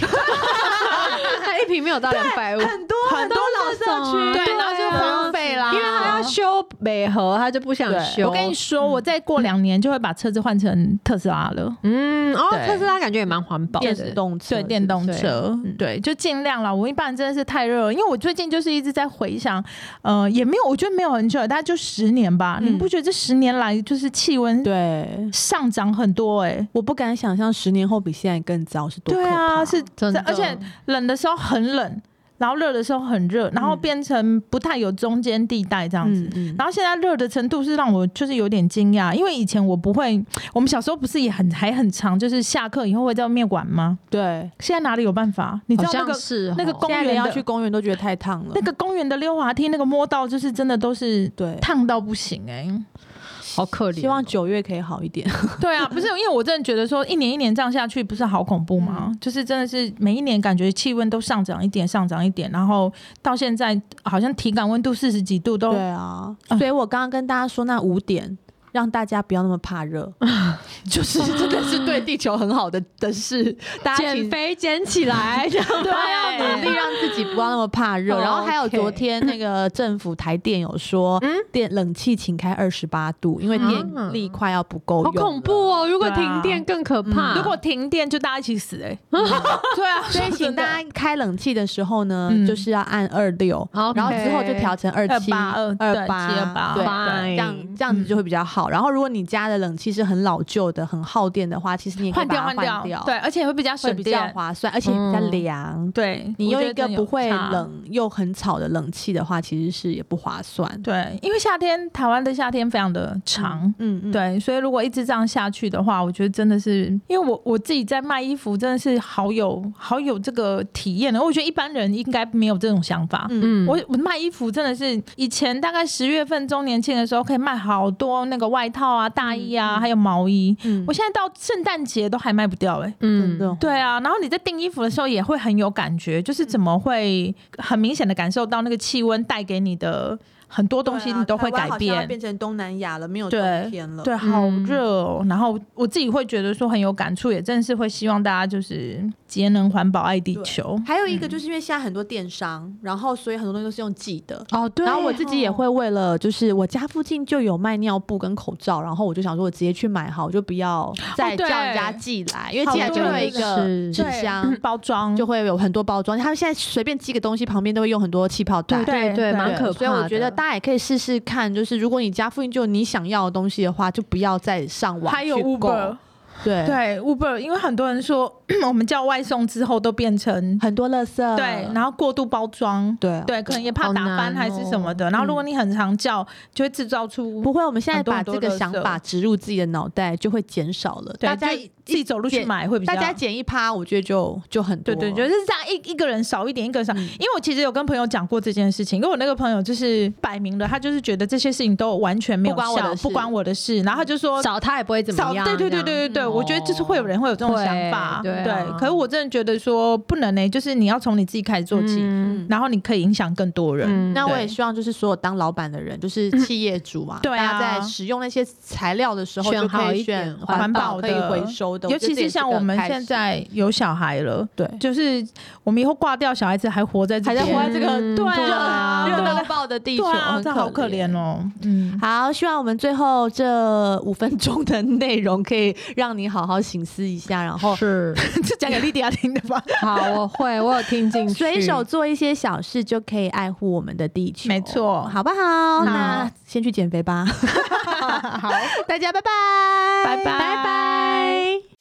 S2: 它一瓶没有到两百五，因
S1: 多
S2: 很多老社区
S3: 对，
S2: 对
S3: 然后就
S2: 啊
S3: 荒废啦，
S2: 为她要修北河，她就不想修。
S3: 我跟你，说，我再过两年就会把车子换成特斯拉了。
S2: 嗯，哦，
S3: 对
S2: 特斯拉感觉也蛮环保的，
S1: 电动车，
S3: 对电动
S2: 对
S3: 车，
S1: 嗯
S3: 对，就尽量啦。我一般真的是太热了，因为我最近就是一直在回想，呃，也没有，我觉得没有很久，大概就十年吧。
S1: 嗯
S3: 你不觉得这十年来就是气温
S1: 对，
S3: 上涨很多、欸？哎，
S1: 我不敢想象十年后比现在更糟是多可
S3: 对
S1: 怕。
S3: 啊，是
S2: 真的
S3: 而且冷的时候很冷，然后热的时候很热，然后变成不太有中间地带这样子。
S1: 嗯嗯，
S3: 然后现在热的程度是让我就是有点惊讶，因为以前我不会，我们小时候不是也很还很长，就是下课以后会在外面玩吗？
S1: 对，
S3: 现在哪里有办法？你知
S2: 好
S3: 道那
S2: 像
S3: 个
S2: 是
S3: 那个
S2: 哦
S3: 公
S1: 现在
S3: 园
S1: 连要
S3: 的
S1: 去公园都觉得太烫了。
S3: 那个公园的溜滑梯，那个摸到就是真的都是
S1: 对，
S3: 烫到不行哎、
S2: 好可怜哦，
S1: 希望九月可以好一点。
S3: 对啊，不是因为我真的觉得说一年一年这样下去，不是好恐怖吗？就是真的是每一年感觉气温都上涨一点，上涨一点，然后到现在好像体感温度四十几度都
S1: 对啊，
S3: 嗯
S1: 所以我刚刚跟大家说那五点。让大家不要那么怕 热，就是真的是对地球很好的的事。大家
S2: 减
S1: 请
S2: 肥减起来， 这样
S3: 对
S1: 要努力让自己不要那么怕热。
S2: 哦
S1: 然后还有
S2: OK
S1: 昨天那个政府台电有说，
S3: 嗯
S1: 电冷气请开二十八度，因为
S3: 啊
S1: 电力快要不够
S2: 好
S1: 用了。
S2: 恐怖哦！如果
S3: 对啊嗯
S2: 停电更可怕。
S3: 如果停电就大家一起死哎、 对啊，
S1: 所以请大家开冷气的时候呢，
S3: 嗯
S1: 就是要按二六，
S2: OK
S1: 然后之后就调成二七、
S3: 282
S1: 二
S3: 呃对728
S1: 对，
S2: Fine
S3: 哎
S1: 这样这样子就会比较好。然后如果你家的冷气是很老旧的、很耗电的话，其实你也可以
S3: 换
S1: 把
S3: 掉
S1: 它
S3: 换
S1: 换
S3: 掉，对，而且会比较
S1: 会
S3: 省
S1: 比较
S3: 电，
S1: 划算，而且比较
S2: 嗯
S1: 凉。
S3: 对
S1: 你用
S3: 我觉
S1: 一
S3: 得
S1: 个
S3: 真的
S1: 不
S3: 有
S1: 会
S3: 差
S1: 冷又很吵的冷气的话，其实是也不划算。
S3: 对，因为夏天台湾的夏天非常的长。
S1: 嗯嗯，
S3: 对，啊所以如果一直这样下去的话，我觉得真的是，因为我我自己在卖衣服，真的是好有好有这个体验的。我觉得一般人应该没有这种想法。
S1: 嗯
S2: 嗯
S3: 我我卖衣服真的是以前大概十月份周年庆的时候，可以卖好多那个外套啊、大衣啊，还有毛衣。
S1: 嗯
S3: 我现在到圣诞节都还卖不掉哎、
S1: 真
S2: 嗯
S1: 的
S3: 对啊，然后你在订衣服的时候也会很有感觉，
S1: 嗯
S3: 就是怎么会很明显的感受到那个气温带给你的很多东西，
S1: 啊
S3: 你都会改变。
S1: 变成东南亚了，没有
S3: 对
S1: 冬天了。
S3: 对，好
S2: 嗯
S3: 热哦。然后我自己会觉得说很有感触，也真的是会希望大家就是节能环保爱地球。
S1: 还有一个就是因为现在很多电商，然后所以很多东西都是用寄的。
S2: 哦，对
S1: 然后我自己也会为了，就是我家附近就有卖尿布跟口罩，然后我就想说，我直接去买好，我就不要再
S3: 哦对
S1: 叫人家寄来，因为寄来
S3: 好
S1: 就
S3: 多
S1: 会有一
S3: 人
S1: 个
S2: 是
S1: 纸
S3: 对
S1: 箱，
S3: 包装
S1: 就会有很多包装。他们现在随便寄个东西，旁边都会用很多气泡袋。
S2: 对对，蛮
S1: 对
S2: 可怕的。
S1: 所以我觉得大家也可以试试看，就是如果你家附近就有你想要的东西的话，就不要再上网
S3: 还有
S1: 去购
S3: Uber，
S1: 对
S3: 对 Uber，因为很多人说 我们叫外送之后都变成
S1: 很多垃圾，
S3: 对，然后过度包装。
S1: 对啊
S3: 对，可能也怕
S2: 好
S3: 打
S2: 难
S3: 翻还是什么的。然后，如果你很常叫，就会制造出
S1: 不会，我们现在
S3: 很多
S1: 把
S3: 很多
S1: 这个
S3: 垃圾
S1: 想法植入自己的脑袋，就会减少了。
S3: 对
S1: 大家
S3: 就自己走路去
S1: 减
S3: 买会比较。
S1: 大家减一趴，我觉得就就很多啊
S3: 对
S1: 了。
S3: 对，就是这样，一一个人少一点，一个人少。因为我其实有跟朋友讲过这件事情，因为我那个朋友就是摆明了，他就是觉得这些事情都完全没有
S1: 不关我的
S3: 效，
S1: 事
S3: 不关我的事。然后他就说
S2: 找他也不会怎么
S3: 少
S2: 样。
S3: 对对对
S2: 这样，
S3: 对对对，
S1: 嗯
S3: 我觉得就是会有人会有这种想法，
S2: 会对啊
S3: 可是我真的觉得说不能呢、欸就是你要从你自己开始做起，
S2: 嗯
S3: 然后你可以影响更多人。
S2: 嗯
S1: 那我
S3: 对嗯
S1: 也希望，就是所有当老板的人，就是企业主嘛，
S3: 对啊
S1: 大家在使用那些材料的时候，
S2: 选
S1: 就可
S2: 好
S1: 以
S2: 一
S1: 选
S2: 点
S1: 环
S3: 环
S1: 保、
S3: 保
S1: 可
S3: 的
S1: 以回收的，
S3: 尤其是像我们现在有小孩了，
S1: 对
S3: 就是我们以后挂掉小孩子还活在这
S1: 还在
S3: 边，
S1: 活在这个
S2: 嗯
S3: 对
S1: 热
S3: 啊
S1: 热
S3: 对
S1: 到
S3: 啊
S1: 爆的地球，
S3: 对啊，
S1: 很
S3: 这好可怜。哦，嗯。
S1: 好，希望我们最后这五分钟的内容可以让你好好醒思一下，然后
S2: 是
S3: 就讲给莉迪亚听的吧。
S2: 好，我会，我有听进去，
S1: 随手做一些小事就可以爱护我们的地球，
S3: 没错
S1: 好不好？那先去减肥吧，
S3: 好，
S1: 大家拜拜，
S3: 拜拜
S1: 拜拜。